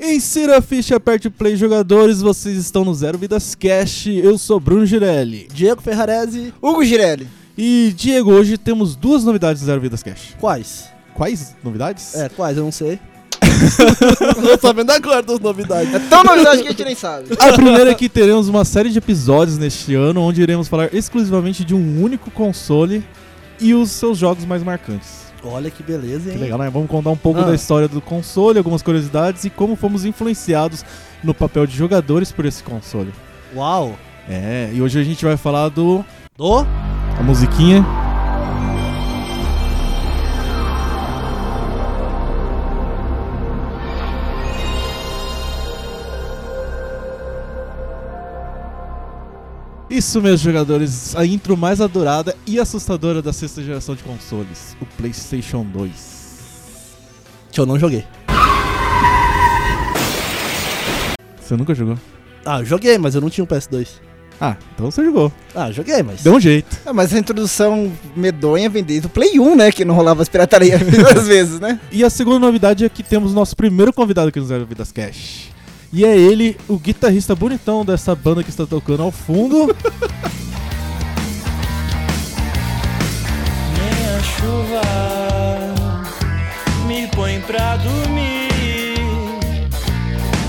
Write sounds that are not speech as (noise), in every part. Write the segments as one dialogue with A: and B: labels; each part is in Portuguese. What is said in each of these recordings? A: Insira a ficha, aperte play, jogadores. Vocês estão no Zero Vidas Cash. Eu sou Bruno Girelli.
B: Diego Ferrarese,
C: Hugo Girelli.
A: E, Diego, hoje temos duas novidades do Zero Vidas Cash.
B: quais?
A: Quais novidades?
B: É, quais? Eu não
C: (laughs)
B: sei. Não tô sabendo agora das novidades.
C: É tão novidade que a gente nem sabe.
A: (laughs) A primeira é que teremos uma série de episódios neste ano onde iremos falar exclusivamente de um único console e os seus jogos mais marcantes.
B: Olha que beleza, hein?
A: Que legal, né? Vamos contar um pouco
B: Ah.
A: da história do console, algumas curiosidades e como fomos influenciados no papel de jogadores por esse console.
B: Uau!
A: É, e hoje a gente vai falar do.
B: Do?
A: A musiquinha. Isso, meus jogadores, a intro mais adorada e assustadora da sexta geração de consoles, o PlayStation 2.
B: Que eu não joguei.
A: Você nunca jogou?
B: Ah, eu joguei, mas eu não tinha um PS2.
A: Ah, então você jogou.
B: Ah, eu joguei, mas.
A: Deu um jeito.
C: Ah, mas a introdução medonha vem desde o Play 1, né? Que não rolava as (laughs) piratarias às vezes, né?
A: E a segunda novidade é que temos nosso primeiro convidado aqui no Zero Vidas Cash. E é ele, o guitarrista bonitão dessa banda que está tocando ao (laughs) fundo.
D: Nem a chuva me põe pra dormir.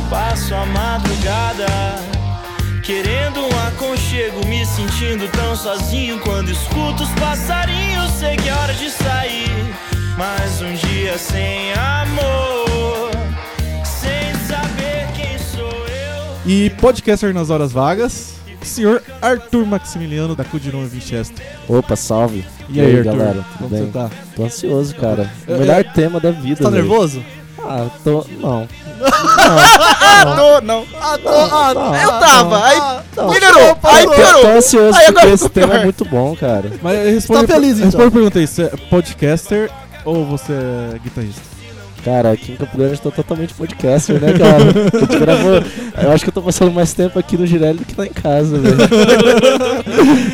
D: Passo a madrugada querendo um aconchego, me sentindo tão sozinho. Quando escuto os passarinhos, sei que é hora de sair. Mais um dia sem amor, sem saber quem sou eu.
A: e podcaster nas horas vagas, senhor Arthur Maximiliano da Cudinome Winchester.
E: Opa, salve.
A: E aí, Arthur?
E: galera? Tudo
A: Como
E: bem?
A: você tá?
E: Tô ansioso, cara.
A: Eu-
E: O melhor tema da vida.
B: Você tá
E: velho.
B: nervoso?
E: Ah, tô. Não.
C: Tô, não.
B: Ah,
C: Eu tava. Aí
E: não.
C: melhorou. Aí
E: Tô,
C: piorou.
E: tô ansioso
C: Aí
E: porque
C: agora
E: esse
C: ficou
E: tema é
C: pior.
E: muito bom, cara.
A: Mas eu respondo,
B: Tá feliz, então.
A: responde a pergunta aí, você é podcaster ou você é guitarrista?
E: Cara, aqui em Campo Grande eu tô totalmente podcaster, né, cara? A gente gravou- Eu acho que eu tô passando mais tempo aqui no Girelli do que lá em
A: (laughs)
E: casa, velho.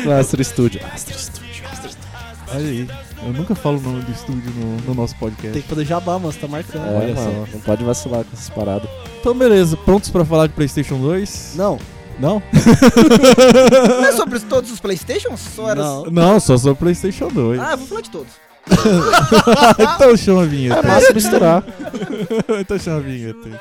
E: no Astro Studio. Astro Studio. Astro Studio.
A: Olha aí, eu nunca falo o nome do estúdio no, no nosso podcast.
B: Tem que fazer jabá, mano, você tá marcando.
E: É,
A: Olha
E: mano, não pode vacilar com essas paradas.
A: Então beleza, prontos pra falar de Playstation 2?
B: Não,
A: Não?
C: Não é sobre todos os Playstations? Só era.
B: Não.
A: Não, só sobre Playstation 2.
C: Ah, eu vou falar de todos.
A: (laughs)
C: É,
A: então chama a vinheta.
E: Massa misturar.
A: então chama a vinheta. aí.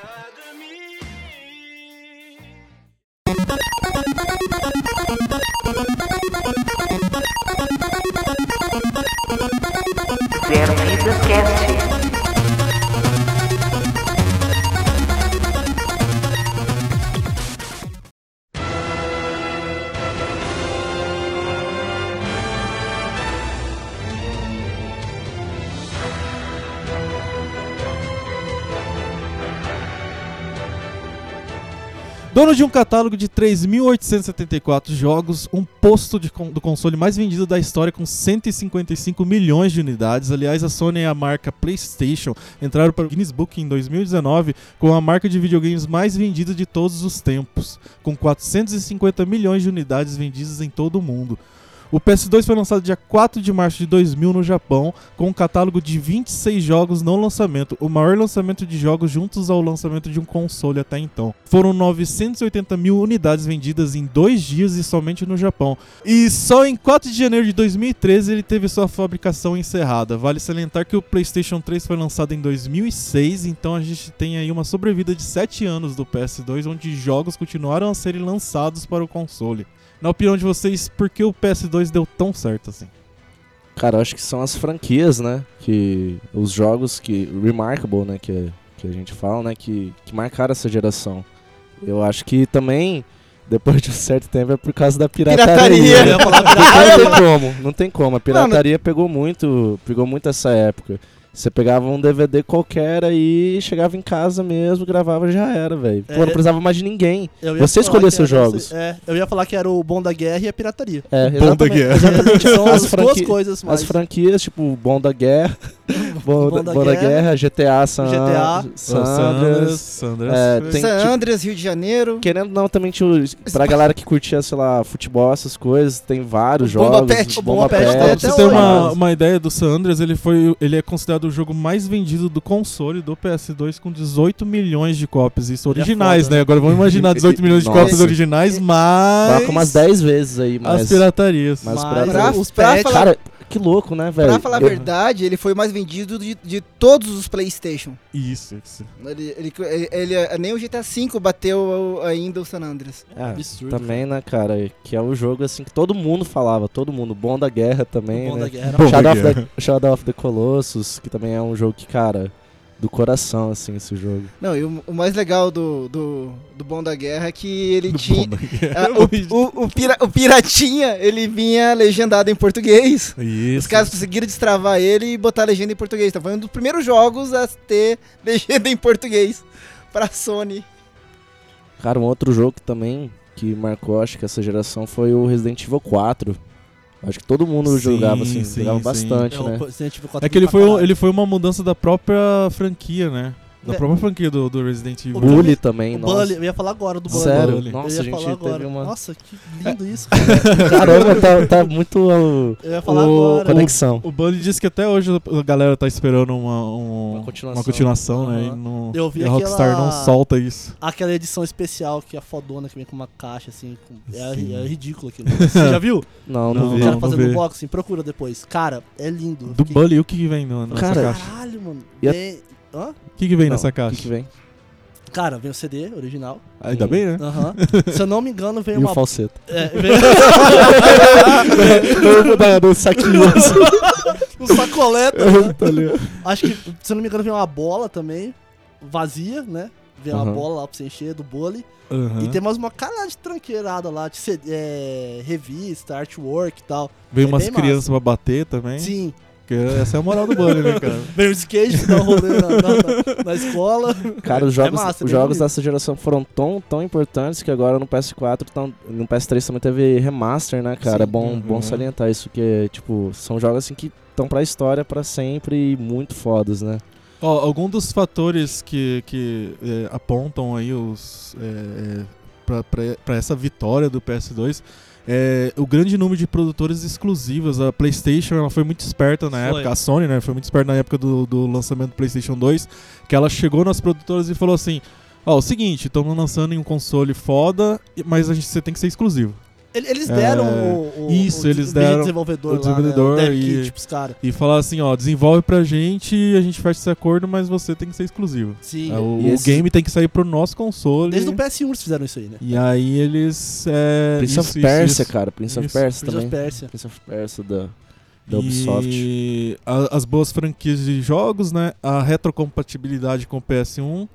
F: Zero Vidas Cast.
A: Dono de um catálogo de 3.874 jogos, um posto de con- do console mais vendido da história com 155 milhões de unidades. Aliás, a Sony e a marca PlayStation entraram para o Guinness Book em 2019 com a marca de videogames mais vendida de todos os tempos, com 450 milhões de unidades vendidas em todo o mundo. O PS2 foi lançado dia 4 de março de 2000 no Japão, com um catálogo de 26 jogos não lançamento, o maior lançamento de jogos juntos ao lançamento de um console até então. Foram 980 mil unidades vendidas em dois dias e somente no Japão. E só em 4 de janeiro de 2013 ele teve sua fabricação encerrada. Vale salientar que o PlayStation 3 foi lançado em 2006, então a gente tem aí uma sobrevida de 7 anos do PS2, onde jogos continuaram a serem lançados para o console. Na opinião de vocês, por que o PS2 deu tão certo assim?
E: Cara, eu acho que são as franquias, né? Que os jogos que remarkable, né, que que a gente fala, né, que que marcaram essa geração. Eu acho que também depois de um certo tempo é por causa da pirataria.
C: Pirataria.
B: eu ia falar
E: Não tem como, não tem como. A pirataria pegou muito, pegou muito essa época. Você pegava um DVD qualquer aí, chegava em casa mesmo, gravava já era, velho. Pô,
B: É.
E: não precisava mais de ninguém.
B: Eu falar
E: Você escolheu
B: que
E: seus
B: era-
E: jogos.
B: É, eu ia falar que era o bom da guerra e a pirataria.
E: É,
A: Bom da
E: exatamente.
A: guerra.
E: Exatamente.
B: São
E: As
B: as duas
E: franqui-
B: coisas mais.
E: As franquias, tipo, Bom da Guerra, Bom,
C: (laughs) Bom
E: Bom
C: da
E: da,
C: Guerra.
E: Guerra, GTA, San,
B: GTA,
A: Sanders.
E: Sanders.
A: Sanders.
E: É, tem-
C: San
E: tipo-
C: Andreas, Rio de Janeiro.
E: Querendo não, também tinha. os- Pra galera que curtia, sei lá, futebol, essas coisas, tem vários
C: O Bomba
E: jogos.
C: Pet, o
E: Bomba
C: Bomba Pet
E: Pet,
C: tá até
A: É, Pra você
C: hoje.
A: ter
E: tem
A: uma,
E: vários.
A: uma ideia do San Andreas, ele, foi, ele é considerado o jogo mais vendido do console do PS2 com 18 milhões de cópias. Isso
B: Ele é
A: originais,
B: foda,
A: né?
B: né?
A: Agora vamos imaginar 18 milhões de
E: Nossa.
A: cópias originais, mais
E: Toca umas 10 vezes aí,
A: as
E: mas.
A: piratarias.
E: mas
B: Mas
E: pra-
B: os
C: pra
B: pets...
C: falar-
E: Cara, que louco, né, velho?
C: Pra falar a
E: Eu-
C: verdade, ele foi o mais vendido de, de todos os Playstation.
A: Isso, isso.
C: Ele, ele, ele- ele- nem o GTA V bateu o- ainda o San Andreas.
E: Ah,
B: Absurdo.
E: Também, né, cara? Que é o jogo assim que todo mundo falava, todo mundo. Bom da guerra também,
B: Bom
E: né?
B: da guerra.
A: Bom da
E: Shadow, of
A: guerra.
E: the, Shadow of the Colossus, que também é um jogo que, cara, do coração, assim, esse jogo.
C: Não, e o, o mais legal do, do, do Bom da Guerra é que ele tinha.
A: Bomba.
C: ah, o, o, o pira- o Piratinha, ele vinha legendado em português. Os
A: Isso.
C: caras conseguiram destravar ele e botar a legenda em português. Tá? Foi um dos primeiros jogos a ter (laughs) legenda em português pra Sony.
E: Cara, um outro jogo que também que marcou, acho que essa geração foi o Resident Evil 4. Acho que todo mundo
A: Sim,
E: jogava, assim,
A: sim,
E: jogava
A: sim.
E: bastante, né?
A: É que ele foi, um- ele foi uma mudança da própria franquia, né? Da
B: Tá É.
A: própria franquia do, do Resident Evil.
B: O
E: Bully também,
B: O
E: nossa.
B: Bully, eu ia falar agora do Bully. né?
E: Sério?
A: Bully.
E: Nossa,
B: eu
E: a
B: ia
E: gente
B: falar agora.
E: teve uma...
B: Nossa, que lindo isso, cara.
E: Caramba, tá, tá muito uh,
B: Eu ia falar
A: O-
B: agora.
E: conexão.
A: O Bully disse que até hoje a galera tá esperando uma, um-
E: Uma continuação.
A: uma continuação, né? E
B: Aham.
A: não-
B: Eu vi
A: e a Rockstar
B: aquela-
A: não solta isso.
B: Aquela edição especial que é fodona, que vem com uma caixa, assim. com- É, é
A: Sim.
B: ridículo aquilo. Você já viu?
E: Não, não,
A: Não,
E: vi.
B: o cara
A: não
B: fazendo
A: vi.
B: unboxing, procura depois. Cara, é lindo. Eu
A: Do
B: fiquei-
A: Bully, o que que vem no- nessa
E: Cara,
A: caixa?
B: Caralho, mano.
E: E a-
B: Vem- Hã?
A: O que que vem
E: Não,
A: nessa
E: o que
A: caixa?
E: que vem?
B: Cara, vem o CD original.
A: Ainda bem, né?
B: Aham. Se eu não me engano, vem
E: E o
B: uma. (laughs)
E: falsete.
B: É, vem
E: da, do saquinho.
B: (laughs)
A: (laughs)
B: um sacoleta.
A: É,
E: tá ligado?
B: Acho que, se eu não me engano, vem uma bola também. Vazia, né? Vem uma
E: Aham.
B: bola lá pra você encher do bole.
A: Aham.
B: E tem mais uma caralho de tranqueirada lá, de CD, é, revista, artwork e tal.
A: Vem
B: é
A: umas
B: bem massa.
A: crianças pra bater também.
B: Sim.
A: que essa é a moral do Bully, né, cara?
B: Vem o skate, dá um rolê na, na- na- na escola.
E: Cara, os
B: É
E: jogos,
B: massa, é
E: os
B: bem
E: jogos
B: bonito.
E: dessa geração foram tão, tão importantes que agora no PS4, tão, no PS3 também teve remaster, né, cara? é bom,
A: Uhum.
E: bom salientar isso, que, tipo, são jogos assim que estão pra história pra sempre e muito fodas, né?
A: Ó, algum dos fatores que, que é, apontam aí os é, é, pra- pra- pra essa vitória do PS2 é o grande número de produtores exclusivas. A PlayStation ela foi muito esperta na
B: Foi.
A: época, a Sony né, foi muito esperta na época do, do lançamento do PlayStation 2, que ela chegou nas produtoras e falou assim: Ó, o seguinte, estamos lançando em um console foda, mas a gente, você tem que ser exclusivo.
B: Ele- Eles deram
A: É,
B: o, o-
A: isso,
B: o
A: eles
B: de-
A: deram
B: desenvolvedor
A: o
B: lá, né,
A: desenvolvedor
B: dev
A: e-
B: kit pros caras.
A: E falar assim: Ó, desenvolve pra gente e a gente fecha esse acordo, mas você tem que ser exclusivo.
B: Sim.
A: É, o,
E: e
A: o
E: esses-
A: game tem que sair pro nosso console.
B: Desde o PS1 eles fizeram isso aí, né?
A: E aí eles. É,
E: Prince
A: isso,
E: of
A: isso,
E: Persia,
A: isso.
E: cara. Prince of
A: Isso.
E: Persia
B: Prince of
E: também.
B: Persia.
E: Prince of Persia da, da Ubisoft.
A: E a- as boas franquias de jogos, né? A retrocompatibilidade com o PS1,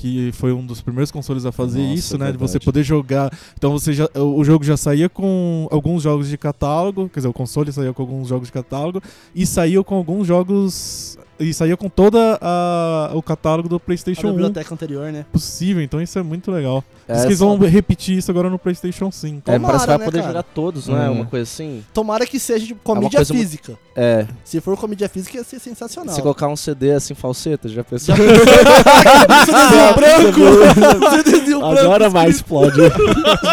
A: que foi um dos primeiros consoles a fazer
E: Nossa,
A: isso, né? De
E: verdade.
A: você poder jogar. Então você já, o o jogo já saía com alguns jogos de catálogo, quer dizer, o console saía com alguns jogos de catálogo e saiu com alguns jogos e saía com toda a- o catálogo do
B: A
A: PlayStation 1
B: biblioteca anterior, né?
A: possível. Então isso é muito legal. Diz
E: É,
A: que eles vão
E: é,
A: repetir isso agora no PlayStation 5.
E: parece
B: Tomara,
E: que vai
B: né,
E: poder
B: cara?
E: jogar todos, né?
A: Uhum.
E: Uma coisa assim.
B: Tomara que seja
A: É
B: de
E: uma
B: comédia
E: coisa muito-
B: física.
E: É.
B: Se for comédia física, ia ser sensacional.
E: Se colocar um CD assim, falseta, já
B: é
E: pensou? (laughs)
B: (laughs) Você desenho branco,
E: Agora vai,
B: tá
E: explode.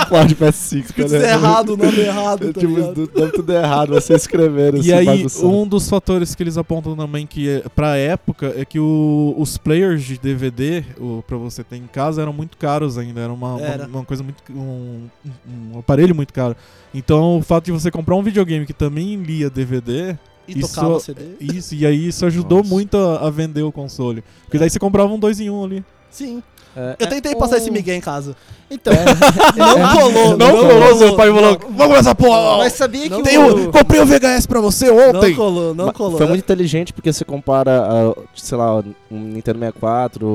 E: explode PS5.
B: escrito
E: tá ligado?
B: errado, nome errado, tá
E: Tipo,
B: ligado?
E: do- deu tudo errado, você escreveram
A: (laughs) E
E: assim,
A: aí,
E: bagunçando.
A: um dos fatores que eles apontam também que é, pra época é que o- os players de DVD, o, pra você ter em casa, eram muito caros ainda. Era uma, uma-
B: Era.
A: uma coisa muito. Um, um aparelho muito caro. Então o fato de você comprar um videogame que também lia DVD,
B: E
A: isso-
B: tocava o CD.
A: isso, e aí isso ajudou
E: Nossa.
A: muito a, a vender o console. Porque daí você comprava um dois em um ali.
B: Sim.
E: É,
B: Eu
E: é,
B: tentei passar
E: o-
B: esse Miguel em casa. É.
C: Então,
B: Não colou, não colou. Meu pai falou,
A: vamos nessa porra!
C: mas sabia
B: Não
C: que
B: tem um,
C: o...
A: comprei o VHS pra você
B: Não colou, não
E: Mas
B: colou. né?
E: Foi muito inteligente porque você compara, a, sei lá, o Nintendo 64, o,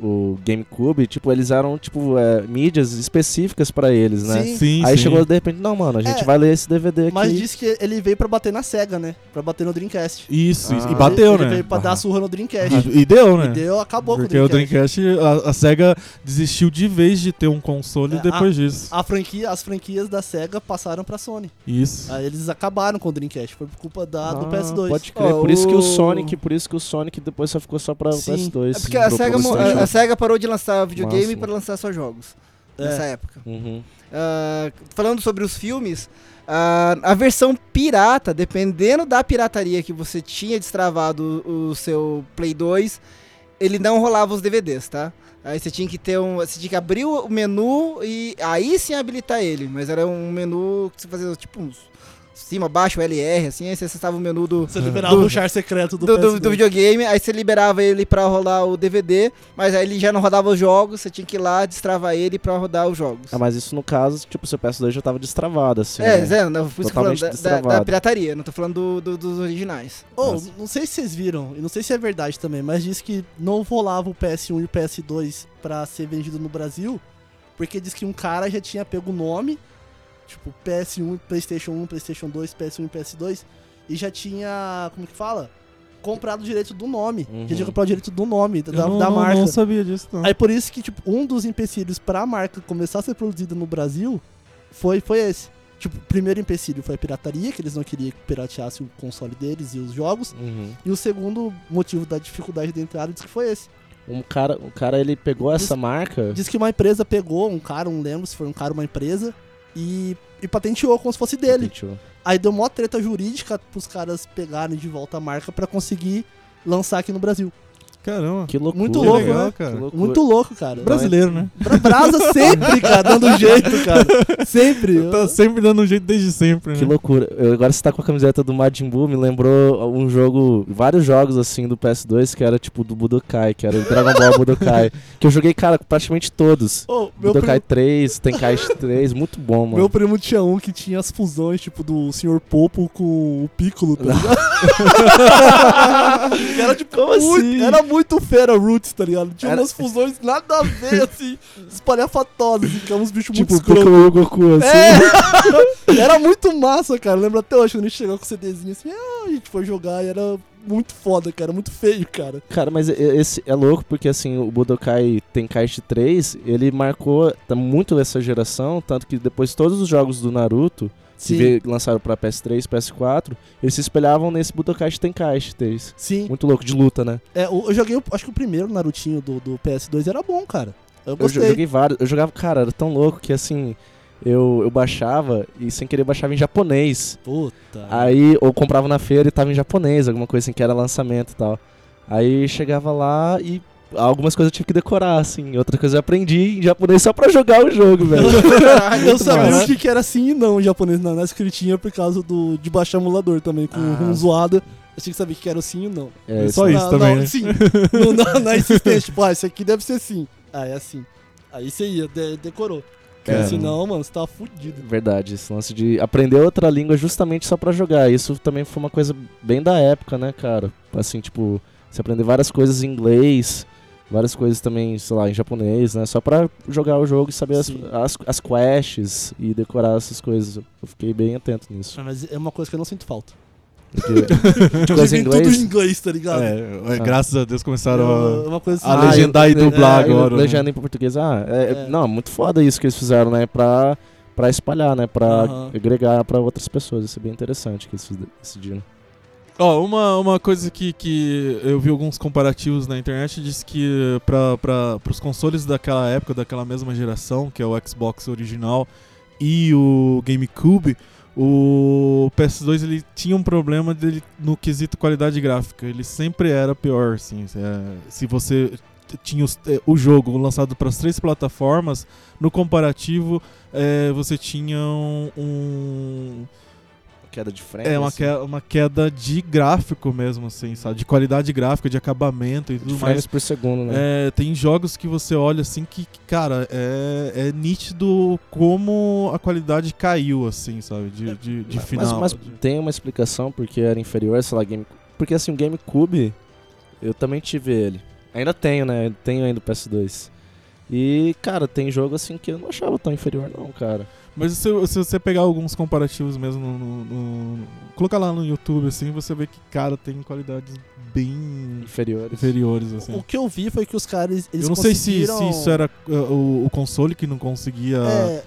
E: o, o GameCube, tipo, eles eram, tipo, é, mídias específicas pra eles, né?
B: Sim.
A: Sim,
E: Aí
A: sim.
E: chegou de repente, não, mano, a gente
B: É,
E: vai ler esse DVD aqui.
B: Mas disse que ele veio pra bater na SEGA, né? Pra bater no Dreamcast.
A: Isso, isso.
E: Ah.
A: e bateu,
B: ele,
A: né?
B: Ele veio pra dar
A: Aham.
B: surra no Dreamcast.
A: E, e deu, né?
B: E deu, acabou
A: Porque
B: com
A: o
B: Ah, é. o Dreamcast.
A: Dreamcast, a, a SEGA desistiu de vez de ter um console
B: É,
A: depois disso.
B: A franquia, as franquias da SEGA passaram pra Sony.
A: Isso.
B: Aí eles acabaram com o Dreamcast, foi por culpa da- do
E: Ah,
B: PS2.
E: Pode crer.
C: Ó,
E: por isso que
C: o-
E: o Sonic, por isso que o Sonic depois só ficou só pra
B: Sim.
E: PS2.
C: É porque a
E: pro
C: SEGA, mo-
E: PlayStation.
C: a, a SEGA parou de lançar videogame
E: Máximo.
C: pra lançar só jogos.
B: É.
C: Nessa época.
E: Uhum.
C: Ah, falando sobre os filmes, ah, a versão pirata, dependendo da pirataria que você tinha destravado o, o seu Play 2, ele não rolava os DVDs, tá? Aí você tinha que ter um. Você tinha que abrir o menu e aí sim habilitar ele. Mas era um menu que você fazia tipo uns cima, baixo, LR, assim, aí você acessava o menu do,
B: Você liberava
C: Do-
B: o char secreto do, um.
C: do, do-
B: PS2.
C: do videogame, aí você liberava ele pra rolar o DVD, mas aí ele já não rodava os jogos, você tinha que ir lá destravar ele pra rodar os jogos.
E: Ah, mas isso no caso, tipo, seu PS2 já tava destravado, assim.
C: é,
E: né?
C: Zé, não, por isso que eu tô
E: Totalmente
C: falando da- da,
E: destravado.
C: da pirataria, não tô falando do- do- dos originais.
B: Oh, não sei se vocês viram, e não sei se é verdade também, mas diz que não rolava o PS1 e o PS2 pra ser vendido no Brasil, porque diz que um cara já tinha pego o nome, tipo PS1, PlayStation 1, PlayStation 2, PS1 e PS2, e já tinha, como que fala? Comprado o direito do nome.
E: Uhum.
B: Já tinha comprado o direito do nome, da,
A: Eu não,
B: da
A: não-
B: marca.
A: não sabia disso, não.
B: Aí por isso que, tipo, um dos empecilhos pra marca começar a ser produzida no Brasil foi, foi esse. Tipo, o primeiro empecilho foi a pirataria, que eles não queriam que pirateasse o console deles e os jogos.
E: Uhum.
B: E o segundo motivo da dificuldade da entrada diz que foi esse.
E: Um cara, um cara, ele pegou essa marca.
B: Diz que uma empresa pegou um cara, não lembro se foi um cara ou uma empresa, e, e patenteou como se fosse dele.
E: Patenteou.
B: Aí deu mó treta jurídica pros caras pegarem de volta a marca pra conseguir lançar aqui no Brasil.
A: Caramba.
E: Que loucura.
B: Muito
A: Que
B: louco,
A: legal,
B: né?
A: cara.
E: Que loucura.
B: Muito louco, cara.
A: Brasileiro, né?
B: Pra brasa sempre, cara,
E: (laughs)
B: dando jeito, cara. Sempre.
E: Então,
A: Tá sempre dando um jeito desde sempre, né?
E: Que loucura. Eu, agora você tá com a camiseta do Majin Buu, me lembrou um jogo, vários jogos assim do PS2 que era tipo do Budokai, que era o Dragon
B: (laughs)
E: Ball Budokai. Que eu joguei, cara, praticamente todos.
B: Ô, meu,
E: Budokai
B: primo,
E: 3, Tenkai 3, muito bom, mano.
B: meu primo tinha um que tinha as fusões, tipo, do Sr. Popo com o Piccolo, tá ligado? era tipo, muito, era muito fera Roots, tá ligado? Tinha
E: Era-
B: umas fusões nada a ver, (laughs) assim, espalhafatosas, assim, que eram uns bichos
E: tipo,
B: muito escroto.
E: Piccolo e o Goku, assim.
B: É! (laughs) era muito massa, cara. Lembra até hoje quando a gente chegou com o CDzinho assim, ah, a gente foi jogar e era muito foda, cara, muito feio, cara.
E: Cara, mas e- esse é louco porque assim, o Budokai Tenkai 3, ele marcou tá, muito essa geração, tanto que depois todos os jogos do Naruto que veio- lançaram pra PS3, PS4, eles se espelhavam nesse Budokai Tenkai 3.
B: Sim.
E: Muito louco de luta, né?
B: É, eu eu joguei, o- acho que o primeiro Narutinho do, do PS2 era bom, cara. Eu
E: Eu jo-
B: gostei.
E: joguei vários. Eu jogava, cara, era tão louco que assim, eu, eu baixava e sem querer baixava em japonês.
B: Puta.
E: Aí, ou comprava na feira e tava em japonês, alguma coisa assim, que era lançamento e tal. Aí chegava lá e algumas coisas eu tive que decorar, assim. Outras coisas eu aprendi em japonês só pra jogar o jogo, velho.
A: Ah,
B: eu sabia
E: massa.
B: o que, que era sim e não em japonês na, na escritinha por causa do, de baixar emulador também, com
E: Ah.
B: um zoada. Eu tinha que saber o que era o sim e não.
E: É,
A: Só
E: isso.
A: isso
B: não,
A: também,
B: Não,
A: né?
B: sim. (laughs) No- na, na insistência, tipo, ah, isso aqui deve ser sim. Ah, é assim. Aí você ia, de- decorou. Cara,
E: É.
B: se não, mano, você tava fudido.
E: Verdade, esse lance de aprender outra língua justamente só pra jogar. Isso também foi uma coisa bem da época, né, cara? Assim, tipo, você aprender várias coisas em inglês, várias coisas também, sei lá, em japonês, né? Só pra jogar o jogo e saber as,
B: Sim.
E: as, as quests e decorar essas coisas. Eu fiquei bem atento nisso.
B: Mas é uma coisa que eu não sinto falta.
A: Tipo,
E: Porque
B: (laughs)
E: de coisa em
B: Inclusive, tudo em
E: inglês.
B: inglês, tá ligado?
A: assim, É, é,
E: Ah.
A: graças a Deus
B: É
A: começaram
B: uma- é uma coisa
A: a, a
B: assim.
E: Ah,
A: legendar e
E: eu-
A: dublar
E: é, eu
A: agora. né?
E: Legenda em português. Ah, é,
B: É.
E: não, muito foda isso que eles fizeram, né? Pra, pra espalhar, né? Pra
B: Aham.
E: agregar pra outras pessoas. Isso é bem interessante que eles fiz- decidiram.
A: Ó, uma, uma coisa que, que eu vi alguns comparativos na internet diz que para os consoles daquela época, daquela mesma geração, que é o Xbox original e o GameCube, o PS2 ele tinha um problema dele no quesito qualidade gráfica. Ele sempre era pior, assim. se, é, se você t- tinha os- é, o jogo lançado para as três plataformas, no comparativo é, você tinha um- um
E: Queda de assim. frente.
A: é uma, que, uma queda de gráfico mesmo, assim, sabe? De qualidade gráfica, de acabamento e
E: de
A: tudo mais.
E: frames por segundo, né?
A: É, tem jogos que você olha assim que, que, cara, é, é nítido como a qualidade caiu, assim, sabe? De, de, de
E: mas,
A: final.
E: mas tem uma explicação porque era inferior, sei lá, game. Porque assim, o GameCube, eu também tive ele. Ainda tenho, né? Eu Tenho ainda o PS2. E, cara, tem jogo assim que eu não achava tão inferior, não, cara.
A: Mas se, se você pegar alguns comparativos mesmo no, no- no- coloca lá no YouTube, assim, você vê que, cara, tem qualidades bem
E: Inferiores.
A: inferiores, assim.
B: O que eu vi foi que os caras. Eles
A: eu não sei se, se
B: conseguiram-
A: isso era uh, o, o console que não conseguia
B: É,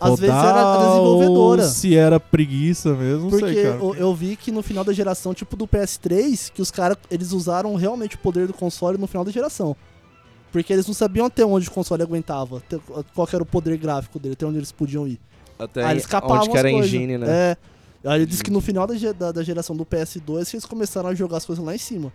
A: rodar,
B: às vezes era a
A: ou
B: desenvolvedora.
A: se era preguiça mesmo, não
B: Porque
A: sei, cara.
B: eu, eu vi que no final da geração, tipo do PS3, que os caras eles usaram realmente o poder do console no final da geração. Porque eles não sabiam até onde o console aguentava, até qual que era o poder gráfico dele, até onde eles podiam ir.
E: Até
B: Aí Ah, eles capavam
E: onde que era
B: as coisas.
E: engine, né?
B: É. Aí ele disse
E: Uhum.
B: que no final da, ge- da, da geração do PS2 que eles começaram a jogar as coisas lá em cima.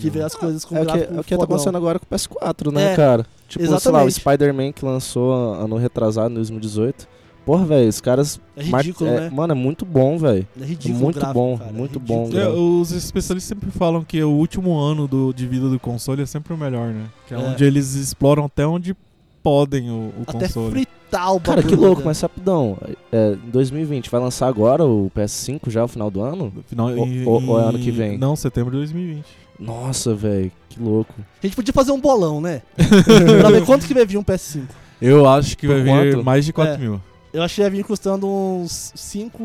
B: Que vê as coisas com
E: É o que,
B: gráfico
E: é o que tá
B: fodão.
E: acontecendo agora com o PS4, né,
B: É,
E: cara? Tipo, sei lá, o
B: exatamente.
E: Spider-Man que lançou ano retrasado, em 2018. Porra, velho, os caras.
B: É
E: mar-
B: ridículo,
E: é-
B: né?
E: Mano, é muito bom, velho.
B: É ridículo o
E: muito
B: gráfico,
E: bom,
B: cara, é
E: muito
B: ridículo.
E: bom.
A: É, os especialistas sempre falam que o último ano do, de vida do console é sempre o melhor, né? Que é,
B: É.
A: onde eles exploram até onde podem o, o
B: Até
A: console.
B: fritar o bagulho.
E: Cara, que louco,
B: né?
E: mas rapidão. É, em 2020, vai lançar agora o PS5 já, o final do ano?
A: Final,
E: Ou-
A: em-
E: ou- ou é ano
A: em-
E: que vem?
A: Não, setembro de 2020.
E: Nossa, velho, que louco.
B: A gente podia fazer um bolão, né? pra
E: (laughs)
B: ver quanto que vai vir um PS5.
A: Eu acho que
E: Por
A: vai vir
E: quanto?
A: mais de 4
B: É.
A: mil.
B: Eu achei que ia vir custando uns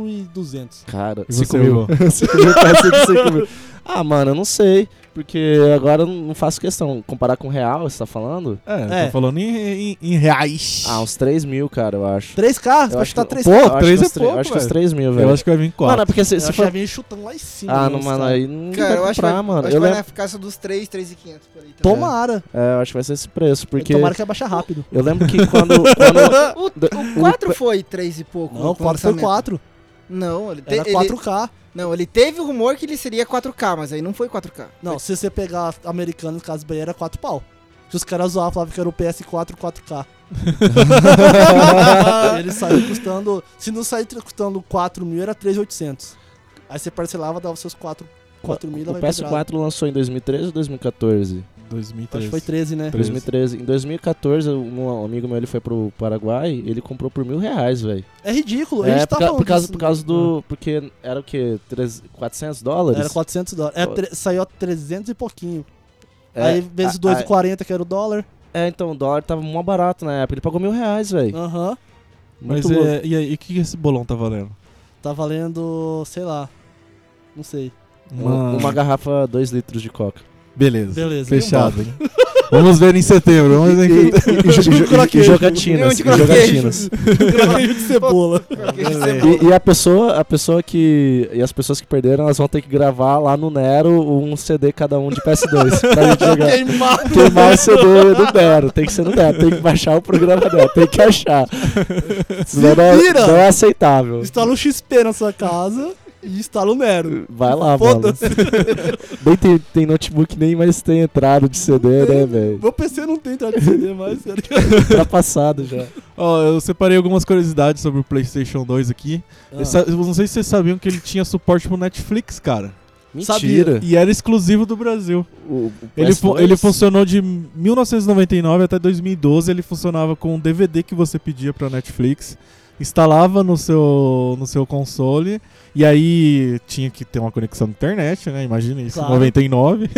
B: 5,200.
E: Cara,
A: E
E: 5
A: você,
E: mil.
A: Hugo?
E: (laughs) 5 mil parece de 5 mil. Ah, mano, eu não sei. Porque agora eu não faço questão. Comparar com o real, você tá falando?
A: (laughs) É,
B: É.
A: tô falando em, em- em reais.
E: Ah, uns 3 mil, cara, eu acho.
B: Três carros?
E: Eu
B: Vai
E: acho
B: chutar
E: que-
B: três
E: Pô,
B: carros.
E: eu acho
A: três
E: que
A: é
E: uns três-
A: pouco,
E: Eu acho que uns
A: velho.
E: 3 mil,
A: eu
E: velho.
A: acho que vai vir
E: Mano,
A: 4.
E: é porque se,
B: Eu
E: se
B: achei
E: for...
B: que ia vir chutando lá em cima.
E: Ah, não,
B: nossa,
E: mano,
B: cara.
E: aí não
C: Cara,
E: vai
C: eu acho que
E: comprar,
C: vai,
E: mano.
C: acho
E: Eu,
C: que vai
E: lembro...
C: na eficácia dos 3, 3,500 por aí. também.
B: Tomara.
E: é, eu acho que vai ser esse preço, porque...
B: Tomara que abaixa rápido.
E: Eu
B: (laughs)
E: lembro que quando... quando...
C: (laughs) O, o 4 foi 3 e pouco.
B: Não,
C: no
B: o 4 foi
C: lançamento.
B: 4.
C: Não, ele, te,
B: Era
C: ele,
B: 4K.
C: não, ele teve o rumor que ele seria 4K, mas aí não foi 4K. (laughs)
B: Não, se você pegar americanos, caso bem, era 4 pau. Se os caras zoavam, falavam que era o PS4 4K.
E: (laughs)
B: Ele saiu custando... Se não sair tr- custando 4 mil, era 3,800. Aí você parcelava, dava seus 4, 4 mil,
E: o
B: dava pedrada.
E: PS4 lançou em 2013 ou 2014?
B: Acho
A: 2013.
B: que foi 13, né?
E: 2013. Em 2014, um amigo meu ele foi pro Paraguai ele comprou por mil reais, velho.
B: É ridículo. a
E: É,
B: gente tá
E: por, ca-
B: falando
E: por causa,
B: disso.
E: por causa
A: Ah.
E: do. Porque era o quê? 3, 400 dólares?
B: Era 400 dólares. É, tre- saiu a 300 e pouquinho.
E: É,
B: aí vezes
E: a-
B: 2,40 que era o dólar.
E: É, então o dólar tava mó barato na época. Ele pagou mil reais, velho.
B: Aham.
A: Mas
E: Muito louco.
A: é, e aí, o que que esse bolão tá valendo?
B: Tá valendo, sei lá.
A: (laughs)
B: Não sei.
E: Um- Uma garrafa, 2 litros de coca.
A: Beleza.
B: Beleza.
A: Fechado, hein? vamos ver em setembro. Vamos ver em setembro.
E: E, jo- jo-
A: (laughs)
E: e jogatinas.
C: De
E: E
C: craquejo.
E: jogatinas.
B: Craquejo de (laughs) cebola.
E: E, e a pessoa, a pessoa que. E as pessoas que perderam, elas vão ter que gravar lá no Nero um CD cada um de PS2 pra
B: (laughs)
E: gente jogar.
B: Queimado.
E: queimar o CD é do Nero. Tem que ser no Nero. Tem que baixar o programa dela. Tem que achar. Senão não, é-
B: vira!
E: não é aceitável.
B: Instala o XP na sua casa e instala o Nero.
E: Vai lá, mano.
B: Foda-se.
E: (laughs) Nem tem, tem notebook, nem mais tem entrada de CD, né, velho?
B: Meu PC não tem entrada de CD mais, tá
E: (laughs)
B: ligado?
E: Ultrapassado já.
A: Ó, eu separei algumas curiosidades sobre o PlayStation 2 aqui.
B: Ah.
A: Eu
E: é
A: sa- Eu não sei se vocês sabiam que ele tinha suporte pro Netflix, cara.
B: É.
E: Mentira.
A: E era exclusivo do Brasil.
E: O- o
A: Ele, fu-
E: PS2?
A: ele funcionou de 1999 até 2012. Ele funcionava com um DVD que você pedia pra Netflix, instalava no seu, no seu console, e aí tinha que ter uma conexão de internet, né? Imagina isso,
B: Claro. (laughs)
A: 99.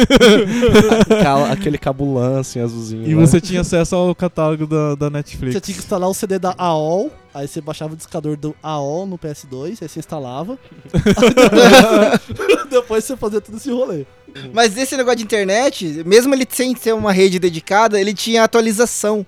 E: Cala- (laughs) aquele cabulã, assim, azulzinho.
A: e
E: né?
A: você tinha acesso ao catálogo da, da Netflix.
B: Ah. Você tinha que instalar o CD da AOL, aí você baixava o discador do AOL no PS2, aí você
E: (laughs)
B: instalava. Depois você fazia todo esse rolê.
C: Mas esse negócio de internet, mesmo ele sem ser uma rede dedicada, ele tinha atualização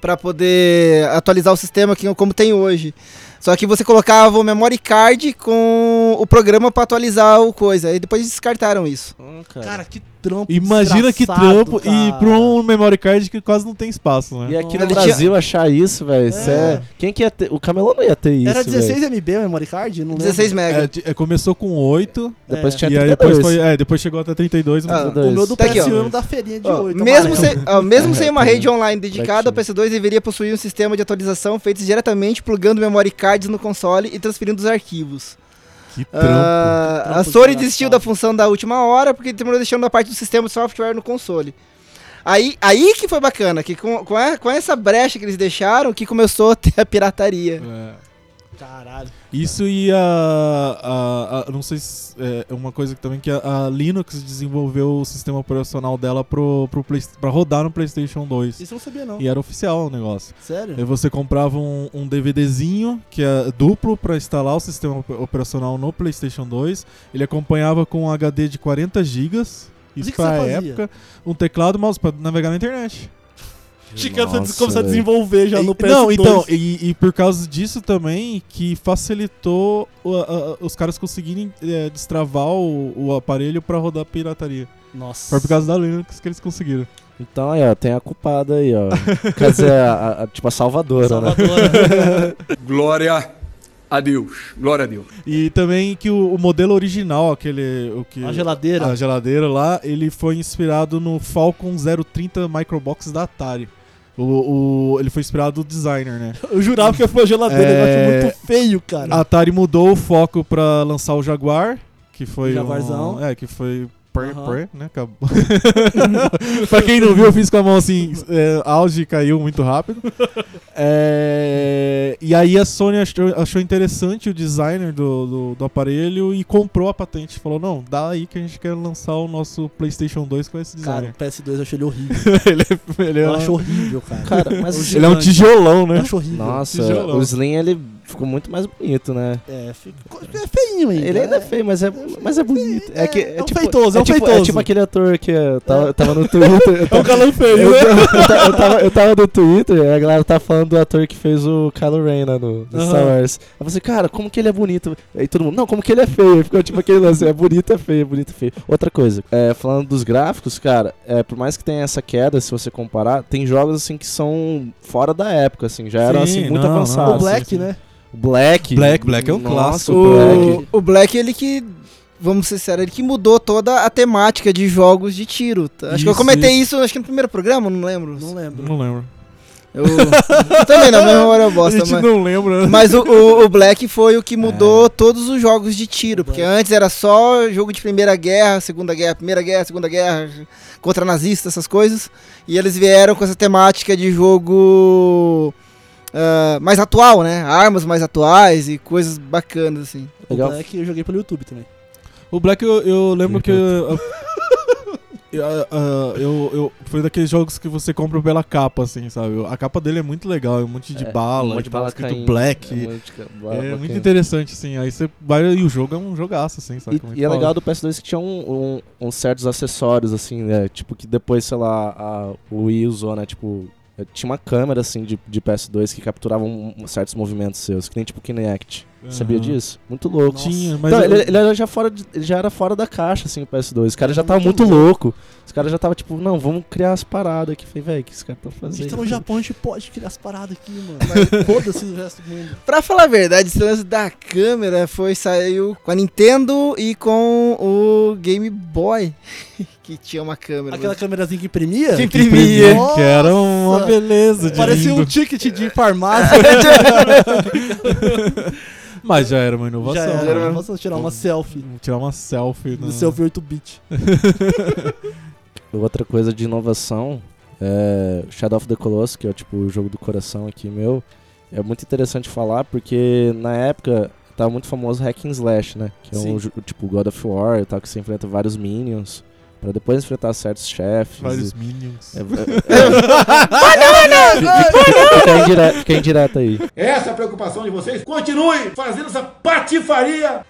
C: pra poder atualizar o sistema que, como tem hoje. Só que você colocava o memory card com o programa pra atualizar o coisa. E depois descartaram isso.
E: Ah,
B: Cara, que trampo.
A: Imagina que
B: desgraçado,
A: trampo e
B: cara.
A: pra um memory card que quase não tem espaço, né?
E: E aqui no
C: Ele tinha-
E: Brasil achar isso, velho. cê É. Quem que ia ter. O Camelô não ia ter isso.
B: Era
E: velho.
B: 16 MB o memory card? Não lembro.
C: 16 mega.
A: É, de- é, começou com 8,
E: Depois
B: É.
E: tinha
A: e aí
E: 32.
A: depois, foi, é, depois chegou até 32.
C: Ah,
A: mas-
E: dois.
B: O meu do
C: Tá aqui, ó.
B: PS1 da feirinha de
C: Ó,
B: 8.
C: mesmo,
B: amarelo.
C: sem, ó, mesmo sem uma
E: Correto,
C: rede online dedicada, o PS2 deveria possuir um sistema de atualização feito diretamente plugando memory cards no console e transferindo os arquivos.
A: Que trampo.
C: Ah,
B: Que trampo
C: a Sony
B: desgraçado.
C: desistiu da função da última hora porque terminou deixando a parte do sistema de software no console. Aí, aí que foi bacana, que com, com, a- com essa brecha que eles deixaram, que começou a ter a pirataria.
A: É.
B: Caralho.
A: Isso e a, a- a- não sei se é uma coisa que também que a, a Linux desenvolveu o sistema operacional dela pro, pro Play, pra rodar no PlayStation 2.
B: Isso eu não sabia, não.
A: E era oficial o negócio.
B: Sério?
A: Aí você comprava um, um DVDzinho, que é duplo, pra instalar o sistema op- operacional no PlayStation 2. Ele acompanhava com um HD de 40 GB.
B: Mas o
A: Isso
B: que que
A: pra
B: você fazia?
A: época. Um teclado e mouse pra navegar na internet.
B: Achei que ia
E: Nossa,
B: começar a
E: velho.
B: desenvolver já
A: E-
B: no PS2.
A: Não, então, e, e por causa disso também que facilitou o- a- a- os caras conseguirem é, destravar o, o aparelho pra rodar pirataria.
B: Nossa.
A: Foi por causa da Linux que eles conseguiram.
E: Então aí, ó, tem a culpada aí,
A: (laughs)
E: ó. Quer dizer, a- a- a- tipo a salvadora, né?
G: Glória a Deus. Glória a Deus.
A: E também que o, o modelo original, aquele. O
B: (laughs)
A: que,
B: né? A geladeira.
A: a geladeira lá, ele foi inspirado no Falcon 030 Microbox da Atari. O, o- ele foi inspirado do designer, né?
B: Eu jurava que foi a geladeira,
A: É. Ah.
B: eu acho muito feio, cara.
A: A Atari mudou o foco pra lançar o Jaguar, que foi
B: Jaguarzão.
A: um, é, que foi pré,
B: Aham.
A: pré, né? Acabou. (laughs) pra quem não viu, eu fiz com a mão assim, é, auge caiu muito rápido. É, e aí a Sony achou, achou interessante o designer do, do, do aparelho e comprou a patente. Falou, não, dá aí que a gente quer lançar o nosso PlayStation 2 com esse
B: Cara, o
A: designer.
B: PS2 eu achei ele horrível.
A: (laughs) ele é, ele é
B: Eu
A: um-
B: acho horrível, cara.
E: Cara, mas
A: ele é um tijolão, né?
B: Eu acho horrível.
E: Nossa,
A: Tijolão.
E: o Slim ele ficou muito mais bonito, né?
B: É, ficou- é feinho ainda.
E: Ele ainda é
B: né?
E: feio, mas é, mas é bonito. É, que,
B: é um
E: tipo,
B: feitoso, é um
E: tipo,
B: feitoso.
E: tipo aquele ator que eu tava, eu tava no
B: (laughs)
E: Twitter. Eu
B: É um
E: tava,
B: galão feio,
E: eu,
B: né?
E: tava- eu tava- eu tava- eu tava no Twitter e a galera tava falando do ator que fez o Kylo Ren né, no, no Star
B: Aham.
E: Wars. Aí eu falei, cara, como que ele é bonito? Aí todo mundo, não, como que ele é feio? Aí Ficou tipo aquele lance, é bonito, é feio, é bonito, é feio. Outra coisa, é, falando dos gráficos, cara, é, por mais que tenha essa queda, se você comparar, tem jogos assim que são fora da época, assim, já eram
A: Sim,
E: assim, muito
A: não, não.
E: avançados.
B: O Black,
A: sim, sim.
B: né?
E: Black.
A: Black, Black é um
E: Nossa,
A: clássico.
E: O Black.
C: O, o Black, ele que. Vamos ser sérios, ele que mudou toda a temática de jogos de tiro. tá? Acho que eu
A: Isso,
C: comentei isso, acho que no primeiro programa, não lembro.
B: Não lembro.
A: Não lembro.
C: Eu, eu também não, minha memória é
A: (laughs)
C: bosta,
A: a gente
C: mas.
A: não lembra.
C: Mas o, o- o Black foi o que mudou todos os jogos de tiro, porque antes era só jogo de Primeira Guerra, Segunda Guerra, Primeira Guerra, Segunda Guerra, contra nazista, essas coisas. E eles vieram com essa temática de jogo ah, mais atual, né? Armas mais atuais e coisas bacanas, assim.
B: O
E: Legal.
B: Black eu joguei pelo YouTube também.
A: O Black, eu, eu lembro
E: Sim,
A: que. Eu, eu, eu- eu- eu- foi daqueles jogos que você compra pela capa, assim, sabe? A capa dele é muito legal, é um monte de
E: É,
A: bala,
E: um monte de
A: tá
E: bala
A: escrito
E: caindo.
A: Black.
E: É
A: É,
E: muito, ca- bla- bacana.
A: muito interessante, assim. Aí você vai e o jogo é um jogaço, assim, sabe?
E: E, e é legal do PS2 que tinha um, um- uns certos acessórios, assim, né? Tipo, que depois, sei lá, a- o Wii usou, né? Tipo, eh, tinha uma câmera, assim, de, de PS2 que capturava um- um- certos movimentos seus, que nem tipo Kinect. Sabia disso? Muito louco.
A: Tinha, mas.
E: Então,
A: É. eu-
E: ele, ele era já fora de- ele já era fora da caixa, assim, o PS2. Os caras já
B: Era
E: tava
B: muito
E: muito louco. Os caras já tava tipo, não, vamos criar as paradas aqui. Falei, velho, o que os caras estão
B: A
E: fazendo?
B: gente tá no Japão, a gente pode criar as paradas aqui, mano.
E: (laughs)
B: Mas Foda-se o resto do mundo.
C: Pra falar a verdade, esse lance da câmera foi saiu com a Nintendo e com o Game Boy, (laughs) que tinha uma câmera.
B: Aquela câmerazinha que imprimia?
C: Que
A: Imprimia,
C: imprimia.
A: que era uma
B: Nossa!
A: beleza de
B: Parecia
A: lindo.
B: um ticket
E: É.
B: de farmácia.
A: (laughs) Mas já era uma inovação.
B: Já
A: né?
B: era. Vamos tirar uma selfie.
A: Tirar uma selfie.
B: Do
A: né?
B: selfie 8-bit.
E: Outra coisa de inovação é Shadow of the Colossus, que é tipo o jogo do coração aqui meu. É muito interessante falar porque na época tava muito famoso Hack and Slash, né? Que é um
B: Sim.
E: jo- tipo God of War e tal, que você enfrenta vários minions pra depois enfrentar certos chefes.
A: Vários (laughs)
E: e-
A: Minions.
E: É, Banana! Fica indireto, fica indireto aí.
H: Essa é a preocupação de vocês. Continue fazendo essa patifaria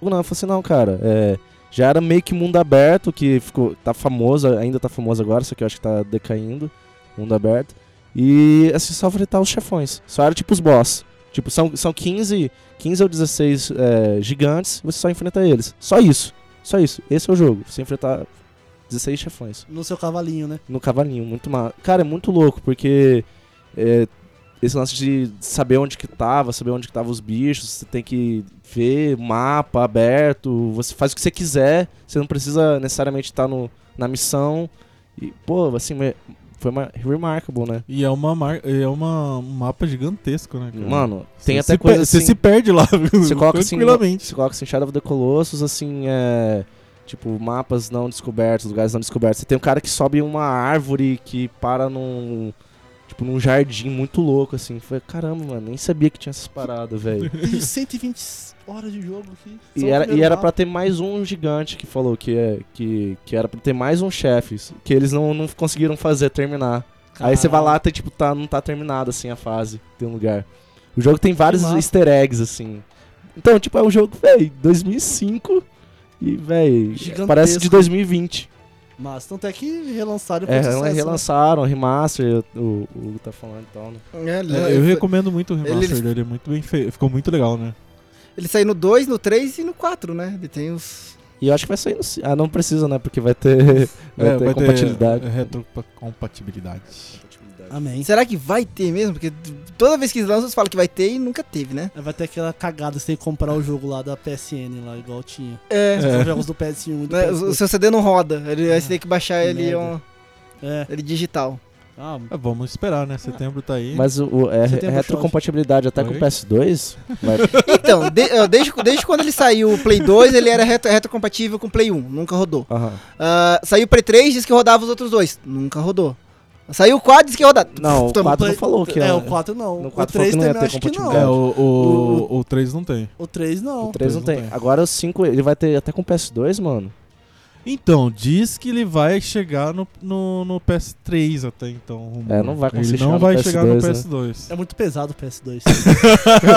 E: Não, eu falei assim, não, cara, é, já era meio que mundo aberto, que ficou, tá famoso, ainda tá famoso agora, só que eu acho que tá decaindo, mundo aberto. E, assim, só enfrentar os chefões, só era tipo os boss. Tipo, são, são 15, 15 ou 16 é, gigantes, você só enfrenta eles. Só isso, só isso. Esse é o jogo, você enfrentar 16 chefões
B: No seu cavalinho,
E: (laughs)
B: né?
E: no cavalinho, muito mal. Cara, é muito louco, porque é, esse lance de saber onde que tava, saber onde que tava os bichos, você tem que ver mapa aberto, você faz o que você quiser, você não precisa necessariamente estar no, na missão. E, pô, assim, me- foi uma remarkable, né?
A: E é, uma mar... é uma... um mapa gigantesco, né? cara?
E: Mano, tem
A: Você
E: até
A: se
E: coisa
A: per-
E: assim...
A: Você se perde lá,
E: (laughs)
A: (laughs)
E: Você coloca assim,
A: tranquilamente.
E: você coloca assim Shadow of the Colossus, assim, é, tipo, mapas não descobertos, lugares não descobertos. Você tem um cara que sobe uma árvore que para num Tipo, num jardim muito louco, assim. Foi, caramba, mano, nem sabia que tinha essas paradas,
B: (laughs)
E: velho.
B: Tem 120 horas de jogo aqui. Só
E: E
B: o
E: era, e
B: primeiro
E: era
B: mapa.
E: pra ter mais um gigante que falou que, é, que, que era pra ter mais um chefe, que eles não, não conseguiram fazer terminar. Aí você vai lá, tá, tipo, tá, não tá terminado assim a fase, tem um lugar. O jogo tem vários
B: massa.
E: easter eggs, assim. Então, tipo, é um jogo, véi, 2005 e, véi,
B: Gigantesco.
E: parece de 2020.
B: Mas tanto é que relançaram
E: É,
B: foi sucesso, né?
E: relançaram, remaster, o, o Hugo tá falando e tal, né?
A: É, eu recomendo muito o remaster
C: Ele-
A: dele, é muito bem feito, ficou muito legal, né?
C: Ele saiu no 2, no 3 e no 4, né? Ele tem os.
E: E eu acho que vai sair no... ci- Ah, não precisa, né? Porque
B: (laughs)
E: vai ter, vai
A: É,
E: ter compatibilidade.
A: é, retrocompatibilidade.
B: Amém.
C: Será que vai ter mesmo? Porque toda vez que eles lançam, eles falam que vai ter e nunca teve, né?
B: Vai ter aquela cagada você tem que comprar o jogo lá da PSN, lá igual tinha.
C: É.
B: Os jogos do PS1 e do
C: Né, o, o
B: PS2.
C: seu CD não roda. Ele, aí você
B: Ah,
C: tem que baixar
B: que
C: ele,
B: merda.
C: on-
B: É.
C: ele digital.
B: Ah,
A: É, vamos esperar, né? Setembro tá aí.
E: Mas o, o- é,
B: Você tem
E: é
B: um
E: retrocompatibilidade até com
A: Oi?
B: (laughs)
E: o PS2? Vai-
C: Então, de- eh, desde, desde quando ele saiu o Play 2, ele era retro, retrocompatível com o Play 1. Nunca rodou.
E: Aham.
C: Ah, saiu o Play 3, diz que rodava os outros dois. Nunca rodou. Saiu o 4, diz que rodava.
E: Não, o
C: Tamo-
E: 4 não falou que
B: é,
E: era.
B: o 4 não.
E: No
B: o
E: 4 falou
B: 3
E: que não ia
B: também
E: ter
B: acho que não.
A: É,
E: compatibilidade.
A: o, o, o 3 não tem.
B: O 3 não.
E: O 3 não
A: não
E: tem.
A: tem.
E: Agora o 5, ele vai ter até com o PS2, mano.
A: Então, diz que ele vai chegar no, no, no PS3 até então. rumor.
E: É, não vai conseguir
A: Ele
E: chegar
A: não
E: no
A: vai
E: PS2,
A: chegar no
E: né? (laughs)
A: PS2.
B: É muito pesado o PS2.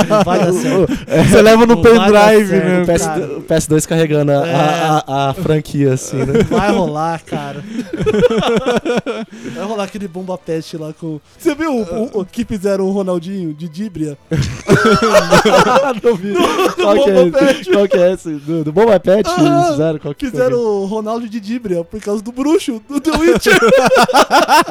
B: não vai dar certo. (laughs)
A: Você leva no
B: Não vai dar
A: pendrive,
B: certo,
A: né?
E: O, PS,
B: Cara. É.
E: o PS2 carregando a, a- a- a franquia, assim, (laughs) né?
B: (laughs) Vai
A: (laughs)
B: rolar, cara. Vai rolar aquele bomba pet lá com. Você viu
A: Ah.
B: o, o- o que fizeram o Ronaldinho de Díbria?
E: não
B: (laughs)
E: vi. qual, que
B: Bomba
E: é, esse? qual que é esse? Do, do Bomba Pet?
B: Aham.
E: eles fizeram? Qual que
B: Ah, Fizeram o Ronaldo de Díbria por causa do bruxo do The Witcher.
A: (laughs)